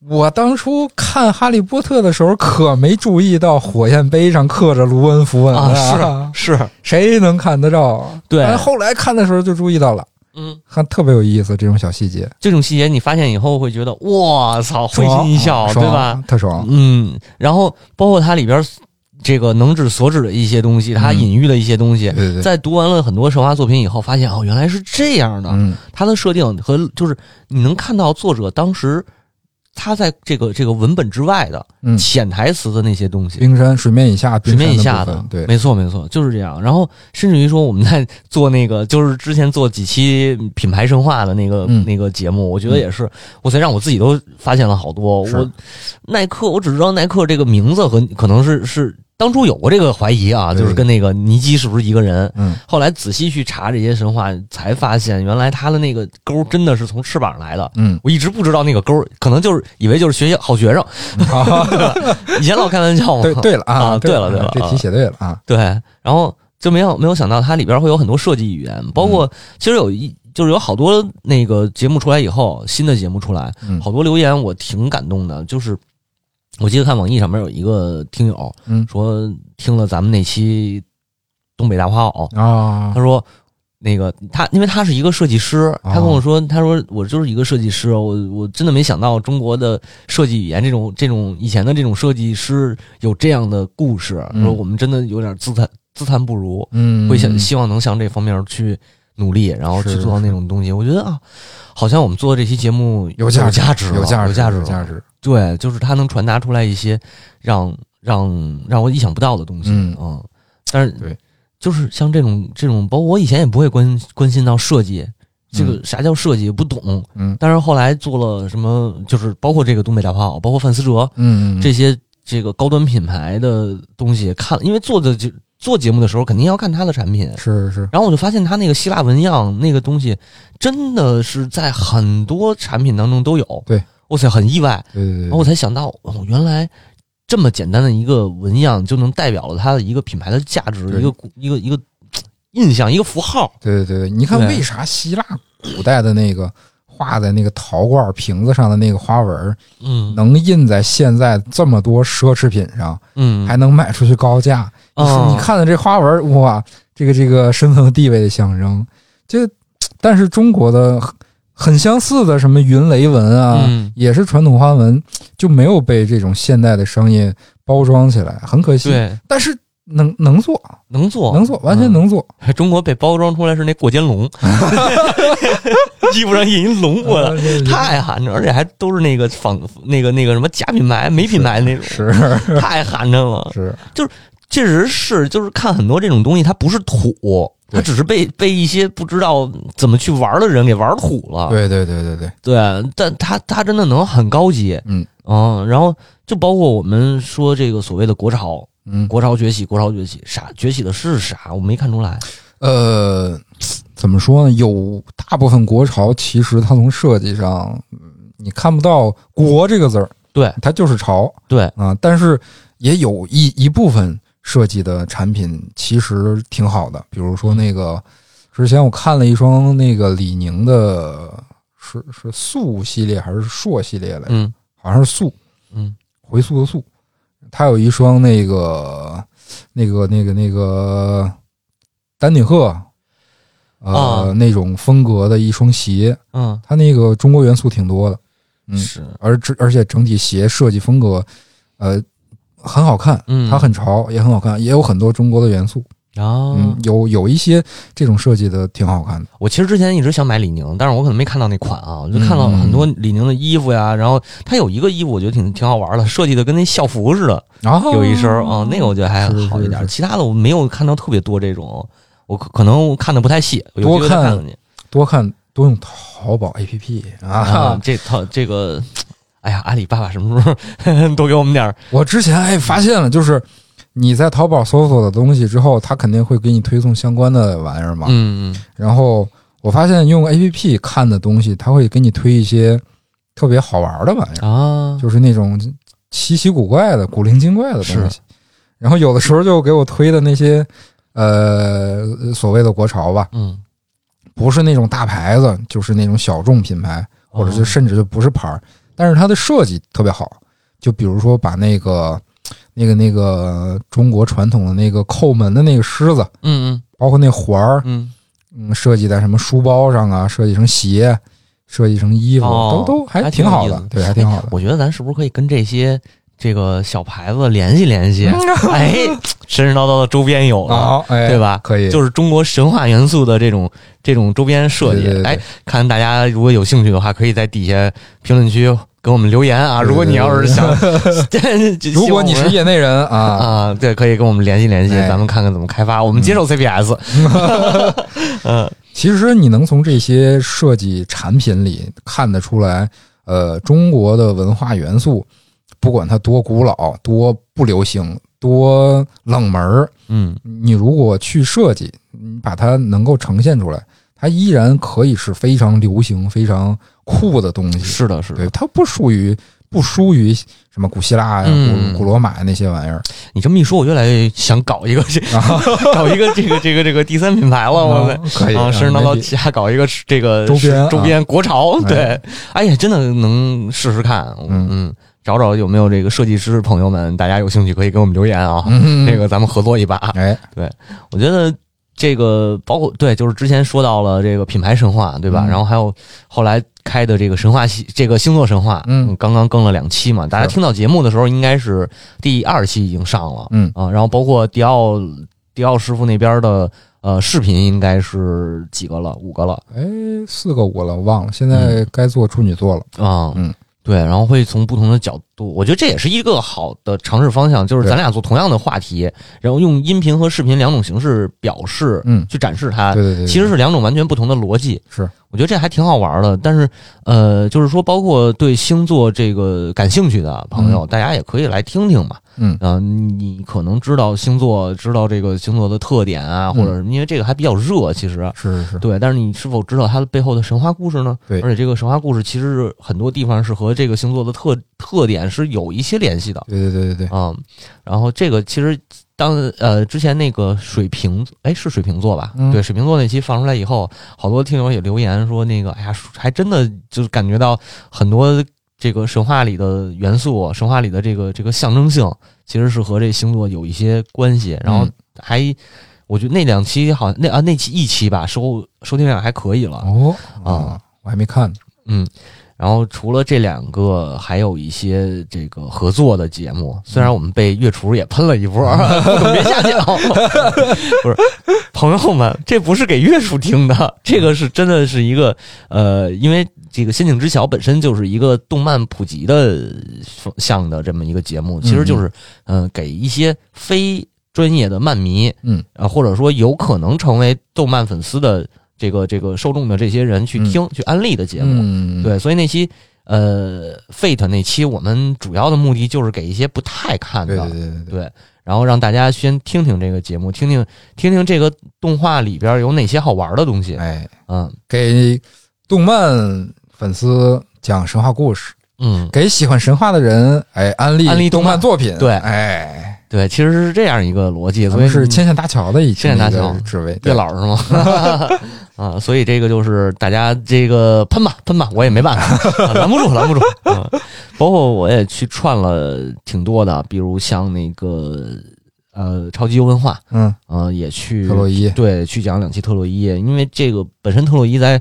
Speaker 1: 我当初看《哈利波特》的时候，可没注意到火焰杯上刻着卢恩符文
Speaker 2: 啊，是是，
Speaker 1: 谁能看得着？
Speaker 2: 对
Speaker 1: 但后来看的时候就注意到了，
Speaker 2: 嗯，
Speaker 1: 还特别有意思，这种小细节，
Speaker 2: 这种细节你发现以后会觉得，哇操，会
Speaker 1: 爽
Speaker 2: 心一笑，
Speaker 1: 啊
Speaker 2: 对
Speaker 1: 爽
Speaker 2: 吧？？
Speaker 1: 特爽，
Speaker 2: 嗯，然后包括它里边这个能指所指的一些东西，它
Speaker 1: 嗯
Speaker 2: 隐喻的一些东西，
Speaker 1: 对对对，
Speaker 2: 在读完了很多神话作品以后，发现哦，原来是这样的，
Speaker 1: 嗯，
Speaker 2: 它的设定和就是你能看到作者当时他在这个这个文本之外的、
Speaker 1: 嗯
Speaker 2: 潜台词的那些东西，
Speaker 1: 冰山水面以下，
Speaker 2: 水面以
Speaker 1: 冰山
Speaker 2: 下
Speaker 1: 的部
Speaker 2: 的
Speaker 1: 分，对，
Speaker 2: 没错没错，就是这样。然后甚至于说我们在做那个，就是之前做几期品牌神话的那个、
Speaker 1: 嗯
Speaker 2: 那个节目，我觉得也是，我才让我自己都发现了好多。
Speaker 1: 是
Speaker 2: 我耐克，我只知道耐克这个名字和可能是是当初有过这个怀疑啊，
Speaker 1: 对
Speaker 2: 就是跟那个尼基是不是一个人？
Speaker 1: 嗯，
Speaker 2: 后来仔细去查这些神话，才发现原来它的那个钩真的是从翅膀来的。，
Speaker 1: 嗯
Speaker 2: 我一直不知道那个钩，可能就是以为就是学校 好学生，
Speaker 1: 好，
Speaker 2: 以前老开玩笑嘛。
Speaker 1: 对对了啊，
Speaker 2: 啊对了
Speaker 1: 对
Speaker 2: 对了
Speaker 1: 这题写对了啊，
Speaker 2: 对然后就没有没有想到它里边会有很多设计语言，包
Speaker 1: 嗯
Speaker 2: 括其实有一就是有好多那个节目出来以后，新的节目出来，
Speaker 1: 嗯
Speaker 2: 好多留言我挺感动的，就是。我记得看网易上面有一个听友
Speaker 1: 嗯
Speaker 2: 说听了咱们那期东北大花袄，
Speaker 1: 啊
Speaker 2: 他，说那个他，因为他是一个设计师，他
Speaker 1: 哦
Speaker 2: 跟我说，他说我就是一个设计师，我我真的没想到中国的设计语言这种这种以前的这种设计师有这样的故事，
Speaker 1: 嗯
Speaker 2: 说我们真的有点自叹自叹不如，
Speaker 1: 嗯，
Speaker 2: 会想希望能向这方面去努力，然后去
Speaker 1: 是
Speaker 2: 做到那种东西。我觉得啊，好像我们做这期节目
Speaker 1: 有
Speaker 2: 价
Speaker 1: 价
Speaker 2: 值了，
Speaker 1: 有
Speaker 2: 有
Speaker 1: 价值，
Speaker 2: 价值
Speaker 1: 有
Speaker 2: 了，
Speaker 1: 价值。
Speaker 2: 对，就是他能传达出来一些让让让我意想不到的东西，
Speaker 1: 嗯
Speaker 2: 但是
Speaker 1: 对，
Speaker 2: 就是像这种这种，包括我以前也不会关关心到设计，这个啥叫设计也不懂，
Speaker 1: 嗯
Speaker 2: 但是后来做了什么，就是包括这个东北大炮，包括范思哲
Speaker 1: 嗯，嗯
Speaker 2: 这些这个高端品牌的东西看，因为做的就做节目的时候肯定要看他的产品，
Speaker 1: 是是
Speaker 2: 然后我就发现他那个希腊纹样那个东西，真的是在很多产品当中都有。
Speaker 1: 对，
Speaker 2: 哇塞，很意外。
Speaker 1: 对对对，
Speaker 2: 然后我才想到，哦，原来这么简单的一个纹样就能代表了它的一个品牌的价值，
Speaker 1: 对嗯
Speaker 2: 一个一个一个印象，一个符号。
Speaker 1: 对对对对，你看
Speaker 2: 对
Speaker 1: 为啥希腊古代的那个画在那个陶罐瓶子上的那个花纹儿，
Speaker 2: 嗯
Speaker 1: 能印在现在这么多奢侈品上，
Speaker 2: 嗯，
Speaker 1: 还能卖出去高价？你
Speaker 2: 啊
Speaker 1: 说你看的这花纹儿，哇，这个这个身份和地位的象征。这，但是中国的很很相似的什么云雷纹啊，
Speaker 2: 嗯
Speaker 1: 也是传统花纹，就没有被这种现代的商业包装起来，很可惜。
Speaker 2: 对，
Speaker 1: 但是能能做，
Speaker 2: 能做
Speaker 1: 能做，完全能做。
Speaker 2: 嗯中国被包装出来是那过肩 龙，衣服上印一 龙过来。
Speaker 1: 呃对对对
Speaker 2: 太寒碜，而且还都是那个仿那个那个什么假品牌、没品牌那种，
Speaker 1: 是
Speaker 2: 太寒碜了。
Speaker 1: 是，
Speaker 2: 确实是，就是看很多这种东西，它不是土，它
Speaker 1: 对
Speaker 2: 只是被被一些不知道怎么去玩的人给玩土了。
Speaker 1: 对对对对对，
Speaker 2: 对，但它它真的能很高级，
Speaker 1: 嗯
Speaker 2: 嗯，然后就包括我们说这个所谓的国潮，
Speaker 1: 嗯
Speaker 2: 国潮崛起，国潮崛起，啥崛起的是啥？我没看出来。
Speaker 1: 呃，怎么说呢？有大部分国潮其实它从设计上，嗯你看不到“国”这个字儿，
Speaker 2: 对
Speaker 1: 它就是潮。
Speaker 2: 对，
Speaker 1: 啊，但是也有一一部分设计的产品其实挺好的，比如说那个之前我看了一双那个李宁的，是是素系列还是硕系列来着，
Speaker 2: 嗯
Speaker 1: 好像是素
Speaker 2: 嗯
Speaker 1: 回溯的素，它有一双那个那个那个那个丹顶鹤。呃，
Speaker 2: 啊
Speaker 1: 那种风格的一双鞋，
Speaker 2: 嗯，
Speaker 1: 它那个中国元素挺多的，嗯
Speaker 2: 是，
Speaker 1: 而之而且整体鞋设计风格，呃，很好看，
Speaker 2: 嗯，
Speaker 1: 它很潮，也很好看，也有很多中国的元素，
Speaker 2: 啊，
Speaker 1: 嗯，有有一些这种设计的挺好看的，
Speaker 2: 我其实之前一直想买李宁，但是我可能没看到那款啊，我就
Speaker 1: 嗯
Speaker 2: 看到很多李宁的衣服呀，然后它有一个衣服我觉得挺挺好玩的，设计的跟那校服似的，
Speaker 1: 然后
Speaker 2: 有一身儿啊，那个我觉得还
Speaker 1: 是哦是
Speaker 2: 好一点儿，
Speaker 1: 是
Speaker 2: 其他的我没有看到特别多这种，我可可能看的不太细，有机
Speaker 1: 多
Speaker 2: 会再
Speaker 1: 看
Speaker 2: 看看去。
Speaker 1: 多看多用淘宝 APP
Speaker 2: 啊
Speaker 1: 啊，，
Speaker 2: 这套这个，哎呀，阿里巴巴什么时候多给我们点儿？
Speaker 1: 我之前哎发现了，就是你在淘宝搜索的东西之后，它肯定会给你推送相关的玩意儿嘛，
Speaker 2: 嗯，
Speaker 1: 然后我发现用 APP 看的东西，它会给你推一些特别好玩的玩意儿。
Speaker 2: 啊，
Speaker 1: 就是那种稀奇古怪的、古灵精怪的东西。然后有的时候就给我推的那些呃所谓的国潮吧，
Speaker 2: 嗯，
Speaker 1: 不是那种大牌子，就是那种小众品牌，
Speaker 2: 哦
Speaker 1: 或者就甚至就不是牌儿，但是它的设计特别好。就比如说把那个、那个、那个中国传统的那个扣门的那个狮子，
Speaker 2: 嗯
Speaker 1: 包括那环儿
Speaker 2: 嗯，嗯，
Speaker 1: 嗯，设计在什么书包上啊，设计成鞋，设计成衣服，
Speaker 2: 哦
Speaker 1: 都都还
Speaker 2: 还
Speaker 1: 挺
Speaker 2: 挺有
Speaker 1: 好
Speaker 2: 意
Speaker 1: 的
Speaker 2: 思，哎
Speaker 1: 对，还挺好的。
Speaker 2: 我觉得咱是不是可以跟这些这个小牌子联系 联系？ 哎，神神叨叨的周边有了。
Speaker 1: 好，哎，
Speaker 2: 对吧？
Speaker 1: 可以，
Speaker 2: 就是中国神话元素的这种这种周边设计
Speaker 1: 对对，对
Speaker 2: 哎，看大家如果有兴趣的话，可以在底下评论区给我们留言啊。
Speaker 1: 对对
Speaker 2: 如果你要是想，
Speaker 1: 如果你
Speaker 2: 希望我
Speaker 1: 是
Speaker 2: 们
Speaker 1: 业内人 啊，
Speaker 2: 啊，对，可以跟我们联系联系，
Speaker 1: 哎
Speaker 2: 咱们看看怎么开发。我们接受 CPS，嗯
Speaker 1: 其实你能从这些设计产品里看得出来，呃，中国的文化元素，不管它多古老、多不流行、多冷门儿，
Speaker 2: 嗯
Speaker 1: 你如果去设计，你把它能够呈现出来，它依然可以是非常流行、非常酷的东西。
Speaker 2: 是的，是的。
Speaker 1: 对，它不属于不输于什么古希腊呀、
Speaker 2: 嗯
Speaker 1: 古古罗马呀那些 玩意儿。
Speaker 2: 你这么一说，我越来越想搞一个这 搞一个这个这个这个第三品牌了，我们
Speaker 1: 啊可以
Speaker 2: 啊，
Speaker 1: 啊
Speaker 2: 甚至
Speaker 1: 没
Speaker 2: 到
Speaker 1: 底
Speaker 2: 旗下搞一个这个
Speaker 1: 周边啊
Speaker 2: 周边国潮，
Speaker 1: 哎
Speaker 2: 对，哎呀，真的能试试看，
Speaker 1: 嗯
Speaker 2: 嗯，找找有没有这个设计师朋友们，大家有兴趣可以给我们留言啊，
Speaker 1: 嗯，
Speaker 2: 这个咱们合作一把，
Speaker 1: 哎，
Speaker 2: 我觉得。这个包括对，就是之前说到了这个品牌神话，对吧？
Speaker 1: 嗯
Speaker 2: 然后还有后来开的这个神话系，这个星座神话，
Speaker 1: 嗯
Speaker 2: 刚刚更了两期嘛。大家
Speaker 1: 是
Speaker 2: 听到节目的时候，应该是第二期已经上了，
Speaker 1: 嗯
Speaker 2: 啊。然后包括迪奥迪奥师傅那边的呃视频，应该是几个了？五个了
Speaker 1: 哎，四个我了，我忘了，现
Speaker 2: 嗯
Speaker 1: 在该做处女座了。
Speaker 2: 啊，
Speaker 1: 嗯。
Speaker 2: 对，然后会从不同的角度，我觉得这也是一个好的尝试方向，就是
Speaker 1: 对
Speaker 2: 咱俩做同样的话题，然后用音频和视频两种形式表示，
Speaker 1: 嗯，
Speaker 2: 去展示它，
Speaker 1: 对对对对，
Speaker 2: 哎其实是两种完全不同的逻辑。
Speaker 1: 是，
Speaker 2: 我觉得这还挺好玩的。但是，呃，就是说，包括对星座这个感兴趣的朋友，大家也可以来听听嘛。
Speaker 1: 嗯
Speaker 2: 啊、你可能知道星座，知道这个星座的特点啊，
Speaker 1: 嗯
Speaker 2: 或者什么，因为这个还比较热，其实。
Speaker 1: 是是是，
Speaker 2: 对，但是你是否知道它的背后的神话故事呢？
Speaker 1: 对
Speaker 2: 而且这个神话故事其实是很多地方是和这个星座的特特点是有一些联系的
Speaker 1: 对对对对对，
Speaker 2: 啊、然后这个其实当呃之前那个水瓶，哎是水瓶座吧？
Speaker 1: 嗯
Speaker 2: 对，水瓶座那期放出来以后，好多听友也留言说那个，哎呀，还真的就是感觉到很多这个神话里的元素，啊神话里的这个这个象征性，其实是和这星座有一些关系。然后
Speaker 1: 嗯
Speaker 2: 还，我觉得那两期好像那啊那期一期吧，收收听量还可以了。
Speaker 1: 哦
Speaker 2: 啊，
Speaker 1: 我还没看呢。
Speaker 2: 嗯，然后除了这两个，还有一些这个合作的节目。虽然我们被月厨也喷了一波， 不懂别瞎讲。不是，朋友们，这不是给月厨听的，这个是真的是一个呃，因为这个《仙境之桥》本身就是一个动漫普及的方向的这么一个节目，其实就是嗯、呃给一些非专业的漫迷，
Speaker 1: 嗯
Speaker 2: 啊，或者说有可能成为动漫粉丝的。这个这个受众的这些人去听、去安利的节目，
Speaker 1: 嗯，
Speaker 2: 对，所以那期呃 Fate 那期，我们主要的目的就是给一些不太看的，
Speaker 1: 对对对对对，
Speaker 2: 对然后让大家先听听这个节目，听听听听这个动画里边有哪些好玩的东西。
Speaker 1: 哎，
Speaker 2: 嗯
Speaker 1: 给动漫粉丝讲神话故事，
Speaker 2: 嗯，
Speaker 1: 给喜欢神话的人，哎，安利
Speaker 2: 安利
Speaker 1: 动
Speaker 2: 动
Speaker 1: 漫
Speaker 2: 漫
Speaker 1: 作品。
Speaker 2: 对
Speaker 1: 哎，
Speaker 2: 对，其实是这样一个逻辑，
Speaker 1: 咱
Speaker 2: 所以
Speaker 1: 们是
Speaker 2: 你
Speaker 1: 牵线搭桥的一
Speaker 2: 牵线搭桥
Speaker 1: 一个职位，
Speaker 2: 月
Speaker 1: 对
Speaker 2: 老是吗？ 啊，所以这个就是大家这个喷吧喷吧，我也没办法，啊拦不住拦不住。啊，包括我也去串了挺多的，比如像那个呃超级优文化，
Speaker 1: 嗯，
Speaker 2: 呃也去
Speaker 1: 特洛伊，
Speaker 2: 对，去讲两期特洛伊，因为这个本身特洛伊在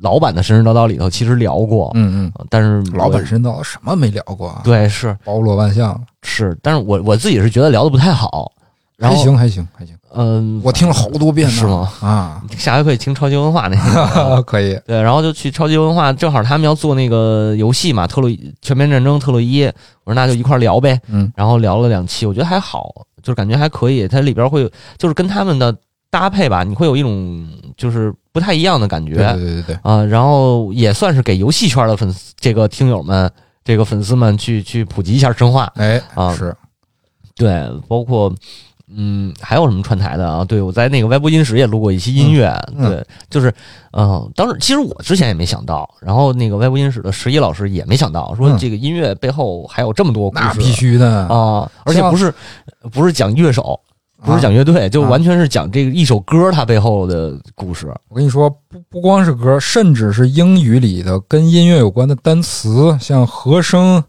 Speaker 2: 老版的《神神叨叨》里头其实聊过，
Speaker 1: 嗯
Speaker 2: 呃但是
Speaker 1: 嗯，老
Speaker 2: 我
Speaker 1: 本身到什么没聊过啊？
Speaker 2: 对是
Speaker 1: 包罗万象，
Speaker 2: 是，但是我我自己是觉得聊的不太好，然
Speaker 1: 还
Speaker 2: 后
Speaker 1: 行还行还行，
Speaker 2: 嗯，
Speaker 1: 我听了好多遍呢，
Speaker 2: 是吗？
Speaker 1: 啊，
Speaker 2: 下回可以听超级文化那个。
Speaker 1: 啊可以，
Speaker 2: 对，然后就去超级文化，正好他们要做那个游戏嘛，《特洛伊全面战争》特洛伊，我说那就一块儿聊呗，
Speaker 1: 嗯
Speaker 2: 然后聊了两期，我觉得还好，就是感觉还可以，它里边会有就是跟他们的搭配吧，你会有一种就是不太一样的感觉，
Speaker 1: 对对对对对，
Speaker 2: 啊，然后也算是给游戏圈的粉丝这个听友们、这个粉丝们去去普及一下神话。
Speaker 1: 哎，
Speaker 2: 啊
Speaker 1: 是，
Speaker 2: 对，包括嗯，还有什么串台的啊？对，我在那个歪播音室也录过一期音乐，
Speaker 1: 嗯
Speaker 2: 对，就是嗯、当时其实我之前也没想到，然后那个歪播音室的十一老师也没想到，说
Speaker 1: 嗯
Speaker 2: 这个音乐背后还有这么多故事。
Speaker 1: 那必须的，
Speaker 2: 啊，而且
Speaker 1: 像
Speaker 2: 不是不是讲乐手，不是
Speaker 1: 啊
Speaker 2: 讲乐队，就
Speaker 1: 啊
Speaker 2: 完全是讲这个一首歌它背后的故事。
Speaker 1: 我跟你说，不不光是歌，甚至是英语里的跟音乐有关的单词，像和声，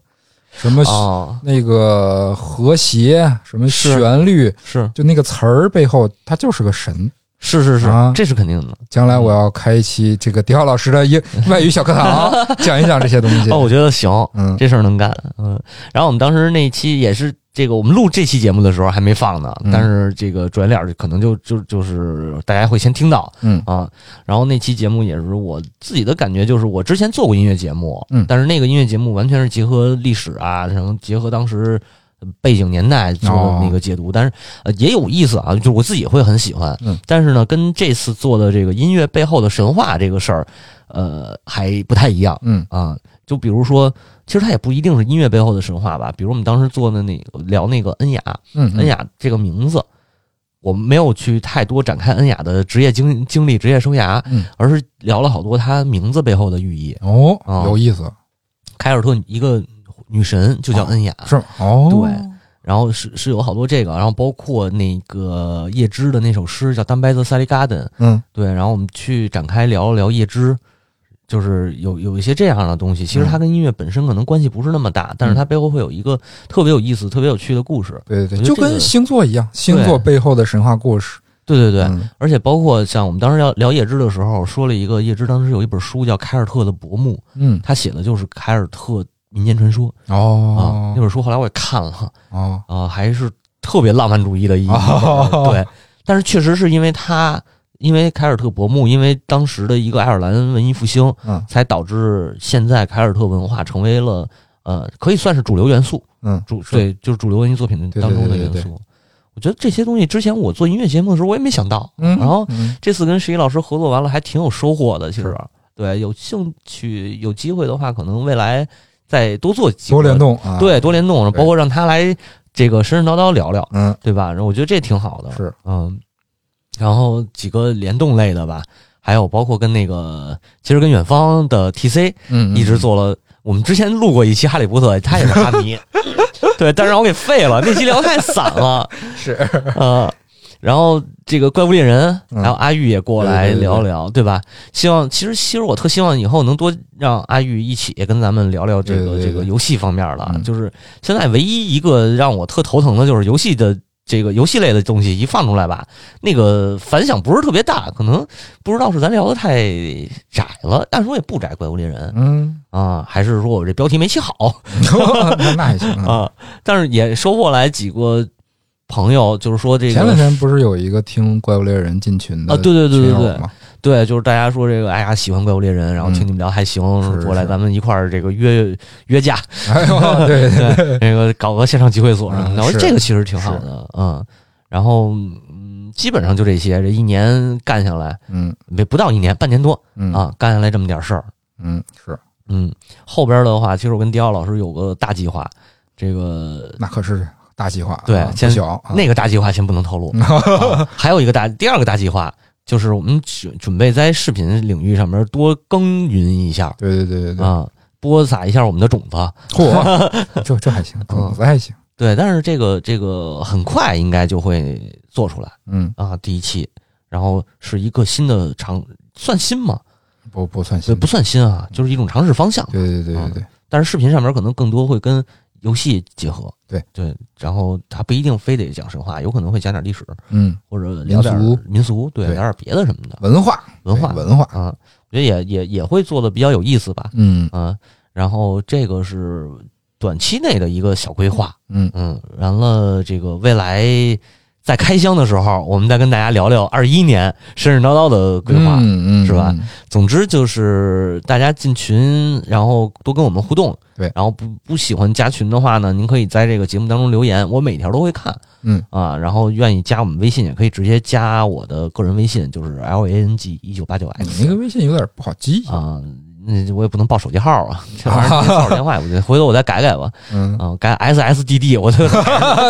Speaker 1: 什么、
Speaker 2: 啊，
Speaker 1: 那个和谐，什么
Speaker 2: 是
Speaker 1: 旋律，
Speaker 2: 是
Speaker 1: 就那个词儿背后，它就是个神。
Speaker 2: 是是是
Speaker 1: 啊，
Speaker 2: 这是肯定的。
Speaker 1: 将来我要开一期这个迪奥老师的 英外语小课堂，讲一讲这些东西。
Speaker 2: 哦，我觉得行，
Speaker 1: 嗯，
Speaker 2: 这事儿能干。嗯，然后我们当时那期也是这个，我们录这期节目的时候还没放呢，
Speaker 1: 嗯
Speaker 2: 但是这个转脸儿可能就就就是大家会先听到，
Speaker 1: 嗯
Speaker 2: 啊。然后那期节目也是我自己的感觉，就是我之前做过音乐节目，
Speaker 1: 嗯
Speaker 2: 但是那个音乐节目完全是结合历史啊，然后结合当时。背景年代做
Speaker 1: 哦
Speaker 2: 那个解读，但是呃也有意思啊，就我自己会很喜欢。
Speaker 1: 嗯，
Speaker 2: 但是呢，跟这次做的这个音乐背后的神话这个事儿，呃，还不太一样。
Speaker 1: 嗯
Speaker 2: 啊，就比如说，其实它也不一定是音乐背后的神话吧。比如我们当时做的那个聊那个恩雅，
Speaker 1: 嗯，
Speaker 2: 恩雅这个名字，我们没有去太多展开恩雅的职业经经历、职业生涯，
Speaker 1: 嗯
Speaker 2: 而是聊了好多她名字背后的寓意。
Speaker 1: 哦，
Speaker 2: 哦
Speaker 1: 有意思，
Speaker 2: 凯尔特一个女神就叫恩雅，
Speaker 1: 是吗？哦，
Speaker 2: 对。然后是是有好多这个，然后包括那个叶芝的那首诗叫《单白色萨利嘎登》，
Speaker 1: 嗯
Speaker 2: 对，然后我们去展开聊一聊叶芝，就是有有一些这样的东西。其实
Speaker 1: 嗯
Speaker 2: 它跟音乐本身可能关系不是那么大，但是它背后会有一个特别有意思、特别有趣的故事。
Speaker 1: 对对对，
Speaker 2: 我觉得
Speaker 1: 就
Speaker 2: 这个
Speaker 1: 跟星座一样，星座背后的神话故事，
Speaker 2: 对对对，
Speaker 1: 嗯
Speaker 2: 而且包括像我们当时要聊叶芝的时候，说了一个叶芝当时有一本书叫《凯尔特的薄暮》，
Speaker 1: 嗯
Speaker 2: 他写的就是凯尔特民间传说啊。那
Speaker 1: 哦
Speaker 2: 本书后来我也看了
Speaker 1: 哦
Speaker 2: 啊，还是特别浪漫主义的一、
Speaker 1: 哦
Speaker 2: 对，但是确实是因为他，因为凯尔特薄暮，因为当时的一个爱尔兰文艺复兴，
Speaker 1: 嗯
Speaker 2: 才导致现在凯尔特文化成为了呃，可以算是主流元素。
Speaker 1: 嗯
Speaker 2: 主对，就是主流文艺作品
Speaker 1: 对对
Speaker 2: 当中的
Speaker 1: 对对
Speaker 2: 元
Speaker 1: 对
Speaker 2: 素。我觉得这些东西之前我做音乐节目的时候我也没想到，
Speaker 1: 嗯，
Speaker 2: 然后
Speaker 1: 嗯
Speaker 2: 这次跟十一老师合作完了还挺有收获的。其实
Speaker 1: 是，
Speaker 2: 对，有兴趣有机会的话，可能未来再多做几个
Speaker 1: 多联，动啊，，
Speaker 2: 对，多联动，
Speaker 1: 对
Speaker 2: 包括让他来这个神神叨叨聊聊，
Speaker 1: 嗯
Speaker 2: 对吧？然后我觉得这挺好的，
Speaker 1: 是
Speaker 2: 嗯。然后几个联动类的吧，还有包括跟那个，其实跟远方的 TC
Speaker 1: 嗯
Speaker 2: 一直做了。我们之前录过一期《哈利波特》，他也是哈 迷，对，但是让我给废了，那期聊太散了，
Speaker 1: 是
Speaker 2: 呃，然后这个怪物猎人，
Speaker 1: 嗯
Speaker 2: 还有阿玉也过来
Speaker 1: 对对对对
Speaker 2: 聊聊，对吧？希望其实其实我特希望以后能多让阿玉一起也跟咱们聊聊这个
Speaker 1: 对对对
Speaker 2: 这个游戏方面了。
Speaker 1: 嗯
Speaker 2: 就是现在唯一一个让我特头疼的就是游戏的这个游戏类的东西一放出来吧，那个反响不是特别大，可能不知道是咱聊的太窄了，按说也不窄怪物猎人，
Speaker 1: 嗯，
Speaker 2: 啊，还是说我这标题没起好
Speaker 1: 那那也行啊。
Speaker 2: 啊？但是也收获来几个朋友，就是说这
Speaker 1: 前两
Speaker 2: 个
Speaker 1: 天不是有一个听怪物猎人进群的
Speaker 2: 啊对对对
Speaker 1: 群
Speaker 2: 对
Speaker 1: 友
Speaker 2: 对
Speaker 1: 吗
Speaker 2: 对，就是大家说这个，哎呀，喜欢怪物猎人，然后听你们聊还行，
Speaker 1: 嗯是
Speaker 2: 过来
Speaker 1: 是
Speaker 2: 咱们一块儿这个约 约架，
Speaker 1: 哎呦，对对对，
Speaker 2: 对，那个搞个线上集会所什么
Speaker 1: 嗯
Speaker 2: 的，我
Speaker 1: 是
Speaker 2: 觉得这个其实挺好的，嗯。然后嗯，基本上就这些，这一年干下来，
Speaker 1: 嗯
Speaker 2: 没不到一年，半年多
Speaker 1: 嗯
Speaker 2: 啊，干下来这么点事儿，
Speaker 1: 嗯是，
Speaker 2: 嗯。后边的话，其实我跟迪奥老师有个大计划，这个
Speaker 1: 那可是大计划啊，
Speaker 2: 对
Speaker 1: 不
Speaker 2: 先
Speaker 1: 小啊
Speaker 2: 那个大计划先不能透露，啊还有一个大第二个大计划就是我们准准备在视频领域上面多耕耘一 下
Speaker 1: 对对对对对，
Speaker 2: 啊，播撒一下我们的种子。
Speaker 1: 嚯，这这还 行，
Speaker 2: 嗯
Speaker 1: 不还行，
Speaker 2: 对，但是这个这个很快应该就会做出来
Speaker 1: 嗯，
Speaker 2: 啊，第一期，然后是一个新的尝，算新吗？
Speaker 1: 不不算
Speaker 2: 对，
Speaker 1: 行，
Speaker 2: 不啊算新啊，就是一种尝试方向。
Speaker 1: 嗯对对对对对，
Speaker 2: 但是视频上面可能更多会跟游戏结合。
Speaker 1: 对
Speaker 2: 对，然后它不一定非得讲神话，有可能会讲点历史
Speaker 1: 嗯，
Speaker 2: 或者聊点
Speaker 1: 民俗
Speaker 2: 民俗，对，
Speaker 1: 对
Speaker 2: 聊点别的什么的
Speaker 1: 文化
Speaker 2: 文化
Speaker 1: 对文化，
Speaker 2: 啊，我觉得也也也会做的比较有意思吧，
Speaker 1: 嗯
Speaker 2: 啊，然后这个是短期内的一个小规划，
Speaker 1: 嗯，
Speaker 2: 嗯，完了这个未来在开箱的时候，我们再跟大家聊聊二一年神神叨叨的规划。
Speaker 1: 嗯嗯
Speaker 2: 是吧？
Speaker 1: 嗯
Speaker 2: 总之就是大家进群，然后多跟我们互动，
Speaker 1: 对
Speaker 2: 然后不不喜欢加群的话呢，您可以在这个节目当中留言，我每条都会看，
Speaker 1: 嗯
Speaker 2: 啊，然后愿意加我们微信也可以直接加我的个人微信，就是 L A N G 一九八九
Speaker 1: 哎你
Speaker 2: X。
Speaker 1: 那个微信有点不好记，
Speaker 2: 啊，那我也不能报手机号啊，这玩意儿报手电话，我觉得回头我再改改吧。
Speaker 1: 嗯，
Speaker 2: 啊，改 S S D D，我都 不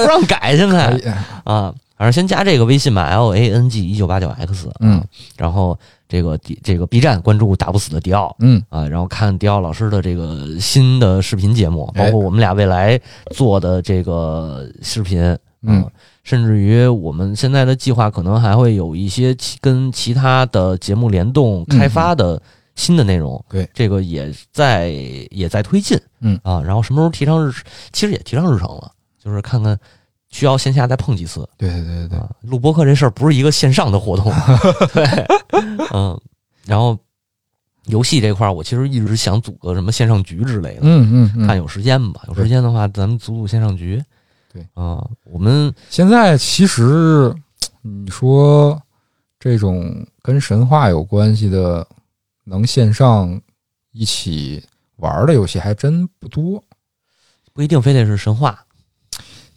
Speaker 2: 让改现
Speaker 1: 可
Speaker 2: 在
Speaker 1: 以，
Speaker 2: 啊。反正先加这个微信吧，L A N G 一九八九 X，
Speaker 1: 嗯，
Speaker 2: 然后这个这个 B 站关注打不死的迪奥
Speaker 1: 嗯
Speaker 2: 啊，然后看迪奥老师的这个新的视频节目，包
Speaker 1: 哎
Speaker 2: 括我们俩未来做的这个视频，
Speaker 1: 嗯
Speaker 2: 啊，甚至于我们现在的计划可能还会有一些其跟其他的节目联动开发的新的内容，
Speaker 1: 嗯对
Speaker 2: 这个也在也在推进，
Speaker 1: 嗯
Speaker 2: 啊，然后什么时候提上日，其实也提上日程了，就是看看需要线下再碰几次
Speaker 1: 对对对对对，
Speaker 2: 啊，录播课这事儿不是一个线上 的活动，对，嗯，然后游戏这块儿我其实一直想组个什么线上局之类的，
Speaker 1: 嗯嗯
Speaker 2: 看
Speaker 1: 嗯，
Speaker 2: 有时间吧，有时间的话咱们组组线上局，
Speaker 1: 对
Speaker 2: 啊，我们。
Speaker 1: 现在其实你说这种跟神话有关系的，能线上一起玩的游戏还真不多，
Speaker 2: 不一定非得是神话，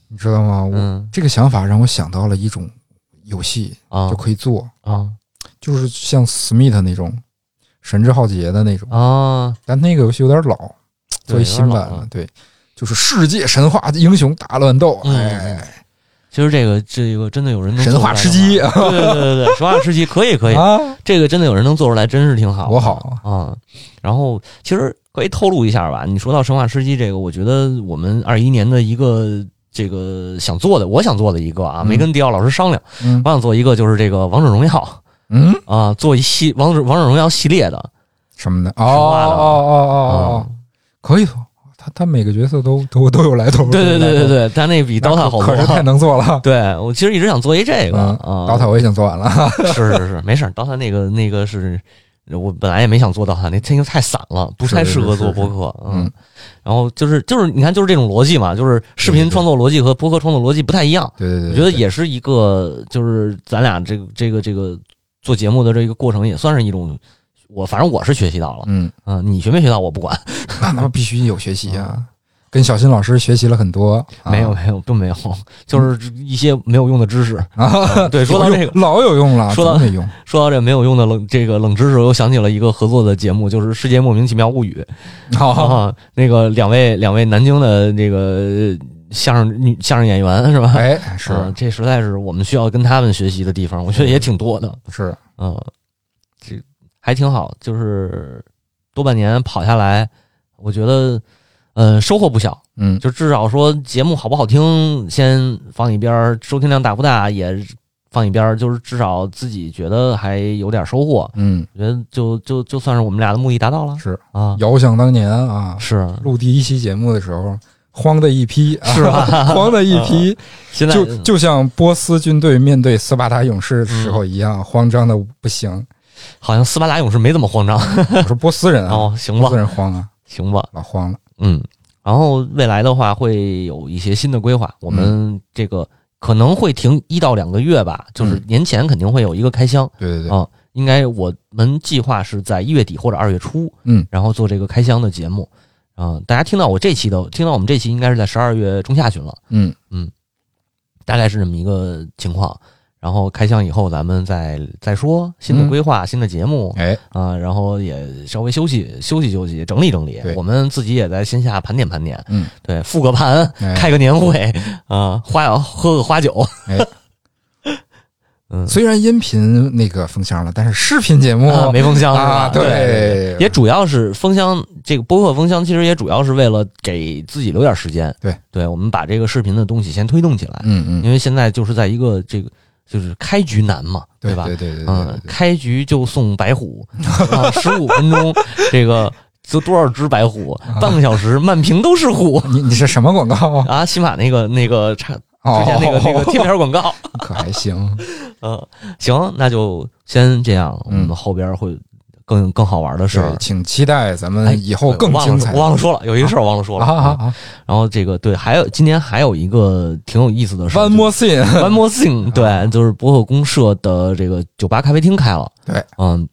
Speaker 1: 你知道吗？我、
Speaker 2: 嗯
Speaker 1: 这个想法让我想到了一种游戏，
Speaker 2: 啊
Speaker 1: 就可以做，
Speaker 2: 啊
Speaker 1: 就是像 Smith 那种。神之浩劫的那种，
Speaker 2: 啊，
Speaker 1: 但那个游戏有点老， 作为
Speaker 2: 对
Speaker 1: 新版，
Speaker 2: 有点老
Speaker 1: 的
Speaker 2: 啊，
Speaker 1: 对，就是世界神话英雄大乱斗，
Speaker 2: 嗯
Speaker 1: 哎，
Speaker 2: 其实这个这个真的有人能
Speaker 1: 神
Speaker 2: 做出
Speaker 1: 话
Speaker 2: 来
Speaker 1: 吃
Speaker 2: 的
Speaker 1: 鸡
Speaker 2: 话对对对对对，神话吃鸡可以可以，
Speaker 1: 啊，
Speaker 2: 这个真的有人能做出来，真是挺好的，
Speaker 1: 多好
Speaker 2: 啊。然后其实可以透露一下吧，你说到神话吃鸡这个，我觉得我们二一年的一个。这个想做的，我想做的一个啊，
Speaker 1: 嗯
Speaker 2: 没跟迪奥老师商量，
Speaker 1: 嗯
Speaker 2: 我想做一个就是这个王者荣耀
Speaker 1: 嗯，
Speaker 2: 啊，做一系王者王者荣耀系列的
Speaker 1: 什么的，哦
Speaker 2: 话的
Speaker 1: 哦哦哦
Speaker 2: 啊
Speaker 1: 哦，可以做，他他每个角色都都都有来头，
Speaker 2: 对对
Speaker 1: 都有
Speaker 2: 对
Speaker 1: 来
Speaker 2: 对
Speaker 1: 头，
Speaker 2: 对，但那比
Speaker 1: 那
Speaker 2: DOTA 好
Speaker 1: 可是太
Speaker 2: 多。啊
Speaker 1: 能做了。
Speaker 2: 对我其实一直想做一这个
Speaker 1: 嗯
Speaker 2: 啊
Speaker 1: 刀塔我也想做完了，
Speaker 2: 是是是，没事儿。刀塔那个那个是我本来也没想做刀塔，那太太散了，不太
Speaker 1: 是
Speaker 2: 适合
Speaker 1: 是
Speaker 2: 做
Speaker 1: 是
Speaker 2: 播客。
Speaker 1: 嗯
Speaker 2: 嗯，然后就是就是你看就是这种逻辑嘛，就是视频
Speaker 1: 对对
Speaker 2: 创作逻辑和播客创作逻辑不太一样。
Speaker 1: 对对对，
Speaker 2: 我觉得
Speaker 1: 对
Speaker 2: 也是一个，就是咱俩这个这个这个做节目的这个过程，也算是一种我反正我是学习到了
Speaker 1: 嗯，
Speaker 2: 啊、你学没学到我不管，
Speaker 1: 那他们必须有学习啊，跟小新老师学习了很多，啊
Speaker 2: 嗯没有没有并没有，就是一些没有用的知识。
Speaker 1: 啊，
Speaker 2: 对说到
Speaker 1: 有
Speaker 2: 这
Speaker 1: 用老有用了，
Speaker 2: 说到
Speaker 1: 真没用，
Speaker 2: 说到这没有用的冷这个冷知识，我又想起了一个合作的节目，就是《世界莫名其妙物语》
Speaker 1: 好，
Speaker 2: 啊，那个两位两位南京的这个相声女相声演员是吧？
Speaker 1: 哎，是嗯
Speaker 2: 啊这实在是我们需要跟他们学习的地方，我觉得也挺多的。
Speaker 1: 是，
Speaker 2: 嗯，这还挺好，就是多半年跑下来，我觉得，呃，收获不小。
Speaker 1: 嗯，
Speaker 2: 就至少说节目好不好听，先放一边儿；收听量大不大也放一边儿。就是至少自己觉得还有点收获，
Speaker 1: 嗯，
Speaker 2: 我觉得就就就算是我们俩的目的达到了。
Speaker 1: 是
Speaker 2: 啊，
Speaker 1: 遥想当年啊，
Speaker 2: 是
Speaker 1: 录第一期节目的时候，慌的一批，啊
Speaker 2: 是吧 嗯
Speaker 1: 慌的一批，
Speaker 2: 现在呃
Speaker 1: 就就像波斯军队面对斯巴达勇士的时候一
Speaker 2: 嗯
Speaker 1: 样，慌张的不行。
Speaker 2: 好像斯巴达勇士没怎么慌张
Speaker 1: 我说波斯人啊，
Speaker 2: 哦，行
Speaker 1: 波
Speaker 2: 吧
Speaker 1: 斯，人慌啊，
Speaker 2: 行吧，
Speaker 1: 老慌了。
Speaker 2: 嗯，然后未来的话会有一些新的规划，我
Speaker 1: 嗯
Speaker 2: 们这个可能会停一到两个月吧，就是
Speaker 1: 嗯
Speaker 2: 年前肯定会有一个开箱，
Speaker 1: 对对对，
Speaker 2: 啊应该我们计划是在一月底或者二月初，
Speaker 1: 嗯，
Speaker 2: 然后做这个开箱的节目，啊、大家听到我这期的，听到我们这期应该是在十二月中下旬了，
Speaker 1: 嗯，
Speaker 2: 大概是这么一个情况。然后开箱以后，咱们再再说新的
Speaker 1: 嗯
Speaker 2: 规划、新的节目
Speaker 1: 哎，
Speaker 2: 啊、然后也稍微休息休息休息，整理整理
Speaker 1: 对。
Speaker 2: 我们自己也在线下盘点盘点，
Speaker 1: 嗯，
Speaker 2: 对，复个盘，
Speaker 1: 哎
Speaker 2: 开个年会啊，花喝个花酒，
Speaker 1: 虽然音频那个封箱了，但是视频节目
Speaker 2: 啊没封箱是吧？
Speaker 1: 啊
Speaker 2: 对
Speaker 1: 对
Speaker 2: 也主要是封箱这个播客封箱，其实也主要是为了给自己留点时间。
Speaker 1: 对，
Speaker 2: 对我们把这个视频的东西先推动起来，
Speaker 1: 嗯嗯，
Speaker 2: 因为现在就是在一个这个就是开局难嘛，
Speaker 1: 对
Speaker 2: 吧
Speaker 1: 对？对对对对
Speaker 2: 嗯
Speaker 1: 对，，
Speaker 2: 开局就送白虎， 啊，十五分钟这个。就多少只白虎，
Speaker 1: 啊
Speaker 2: 半个小时满屏都是虎
Speaker 1: 你你是什么广告啊？
Speaker 2: 啊！起码那个那个差
Speaker 1: 哦
Speaker 2: 之，前那个那个贴片广告，
Speaker 1: 可还行，
Speaker 2: 嗯，行，那就先这样，我
Speaker 1: 嗯
Speaker 2: 们后边会更更好玩的事
Speaker 1: 是
Speaker 2: 儿。
Speaker 1: 请期待咱们以后
Speaker 2: 哎
Speaker 1: 更
Speaker 2: 我忘
Speaker 1: 精
Speaker 2: 了
Speaker 1: 彩。
Speaker 2: 我忘了说了，有一个事儿我忘了说了。
Speaker 1: 啊啊
Speaker 2: 嗯
Speaker 1: 啊！
Speaker 2: 然后这个对，还有今年还有一个挺有意思的事儿
Speaker 1: One more thing，
Speaker 2: 就是 One more
Speaker 1: 嗯
Speaker 2: thing，对，就是博客公社的这个酒吧咖啡厅开了。
Speaker 1: 对，
Speaker 2: 嗯，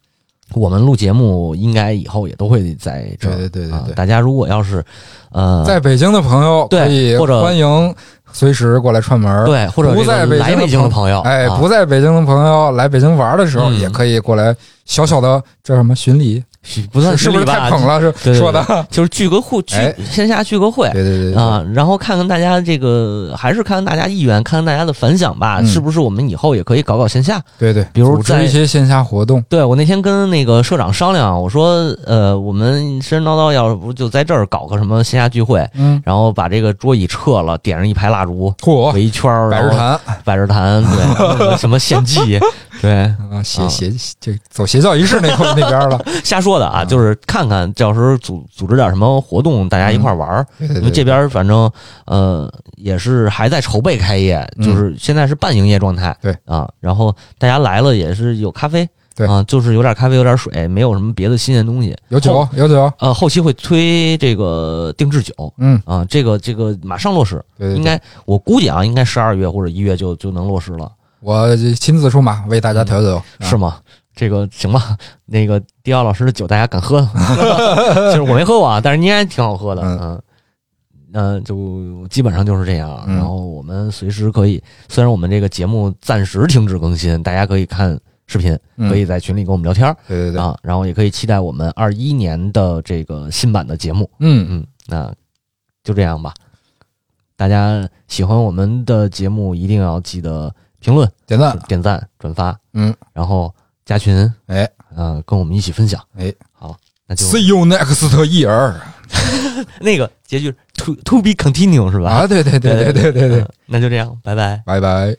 Speaker 2: 我们录节目应该以后也都会在这儿。
Speaker 1: 对对对对
Speaker 2: 啊
Speaker 1: 对
Speaker 2: 大家如果要是呃
Speaker 1: 在北京的朋友
Speaker 2: 对
Speaker 1: 可以
Speaker 2: 或者
Speaker 1: 欢迎随时过来串门儿。
Speaker 2: 对或者
Speaker 1: 不
Speaker 2: 这个
Speaker 1: 在北
Speaker 2: 来
Speaker 1: 京
Speaker 2: 北京的朋友，
Speaker 1: 哎，
Speaker 2: 啊
Speaker 1: 不在北京的朋友来北京玩的时候，
Speaker 2: 嗯
Speaker 1: 也可以过来小小的这什么巡礼，
Speaker 2: 不算
Speaker 1: 是是不
Speaker 2: 礼
Speaker 1: 是
Speaker 2: 吧
Speaker 1: 太捧了？是
Speaker 2: 对对
Speaker 1: 说的，
Speaker 2: 就是聚个会，聚
Speaker 1: 哎
Speaker 2: 线下聚个会。
Speaker 1: 对对对对
Speaker 2: 啊，然后看看大家这个，还是看看大家意愿，看看大家的反响吧，
Speaker 1: 嗯
Speaker 2: 是不是我们以后也可以搞搞线下？
Speaker 1: 对对，
Speaker 2: 比如
Speaker 1: 组
Speaker 2: 在
Speaker 1: 织一些线下活动，
Speaker 2: 对我那天跟那个社长商量，我说，呃，我们神神叨叨，要不就在这儿搞个什么线下聚会，
Speaker 1: 嗯，
Speaker 2: 然后把这个桌椅撤了，点上一排蜡烛，
Speaker 1: 嚯，
Speaker 2: 围一啊圈儿，
Speaker 1: 百日
Speaker 2: 然后
Speaker 1: 坛
Speaker 2: 百日坛，对，然后什么什么献 祭，对，
Speaker 1: 啊，邪邪这走邪教仪式 那块儿那边儿了，
Speaker 2: 瞎说的啊，就是看看到时候组组织点什么活动，大家一块儿玩儿。
Speaker 1: 对嗯对
Speaker 2: 因
Speaker 1: 对，
Speaker 2: 为这边反正呃也是还在筹备开业，
Speaker 1: 嗯
Speaker 2: 就是现在是半营业状态。
Speaker 1: 对
Speaker 2: 啊，然后大家来了也是有咖啡，
Speaker 1: 对
Speaker 2: 啊，就是有点咖啡，有点水，没有什么别的新鲜东西。
Speaker 1: 有酒有酒，
Speaker 2: 呃，后期会推这个定制酒
Speaker 1: 嗯，
Speaker 2: 啊，这个这个马上落实，
Speaker 1: 对对
Speaker 2: 应
Speaker 1: 对，
Speaker 2: 该我估计啊，应该十二月或者一月就就能落实了，
Speaker 1: 我亲自出马为大家调酒，
Speaker 2: 是
Speaker 1: 吗？
Speaker 2: 吗？这个行吧， 那个迪奥老师的酒大家敢 喝吗？就是我没喝过啊，但是应该挺好喝的，
Speaker 1: 嗯
Speaker 2: 嗯。嗯，就基本上就是这样。啊
Speaker 1: 嗯
Speaker 2: 然后我们随时可以，虽然我们这个节目暂时停止更新，大家可以看视频，
Speaker 1: 嗯
Speaker 2: 可以在群里跟我们聊天儿、
Speaker 1: 对对对，
Speaker 2: 啊。然后也可以期待我们二一年的这个新版的节目。
Speaker 1: 嗯，
Speaker 2: 嗯，那就这样吧。大家喜欢我们的节目，一定要记得评论、
Speaker 1: 点赞，
Speaker 2: 点赞、转发，
Speaker 1: 嗯，
Speaker 2: 然后加群，
Speaker 1: 哎
Speaker 2: 呃，跟我们一起分享。
Speaker 1: 哎，
Speaker 2: 好，那就
Speaker 1: ，See you next Er year
Speaker 2: 那个
Speaker 1: 啊
Speaker 2: 结局 to to be continue 是吧？嗯
Speaker 1: 啊，对对对对对对对，
Speaker 2: 嗯那就这样，拜拜。
Speaker 1: 拜拜。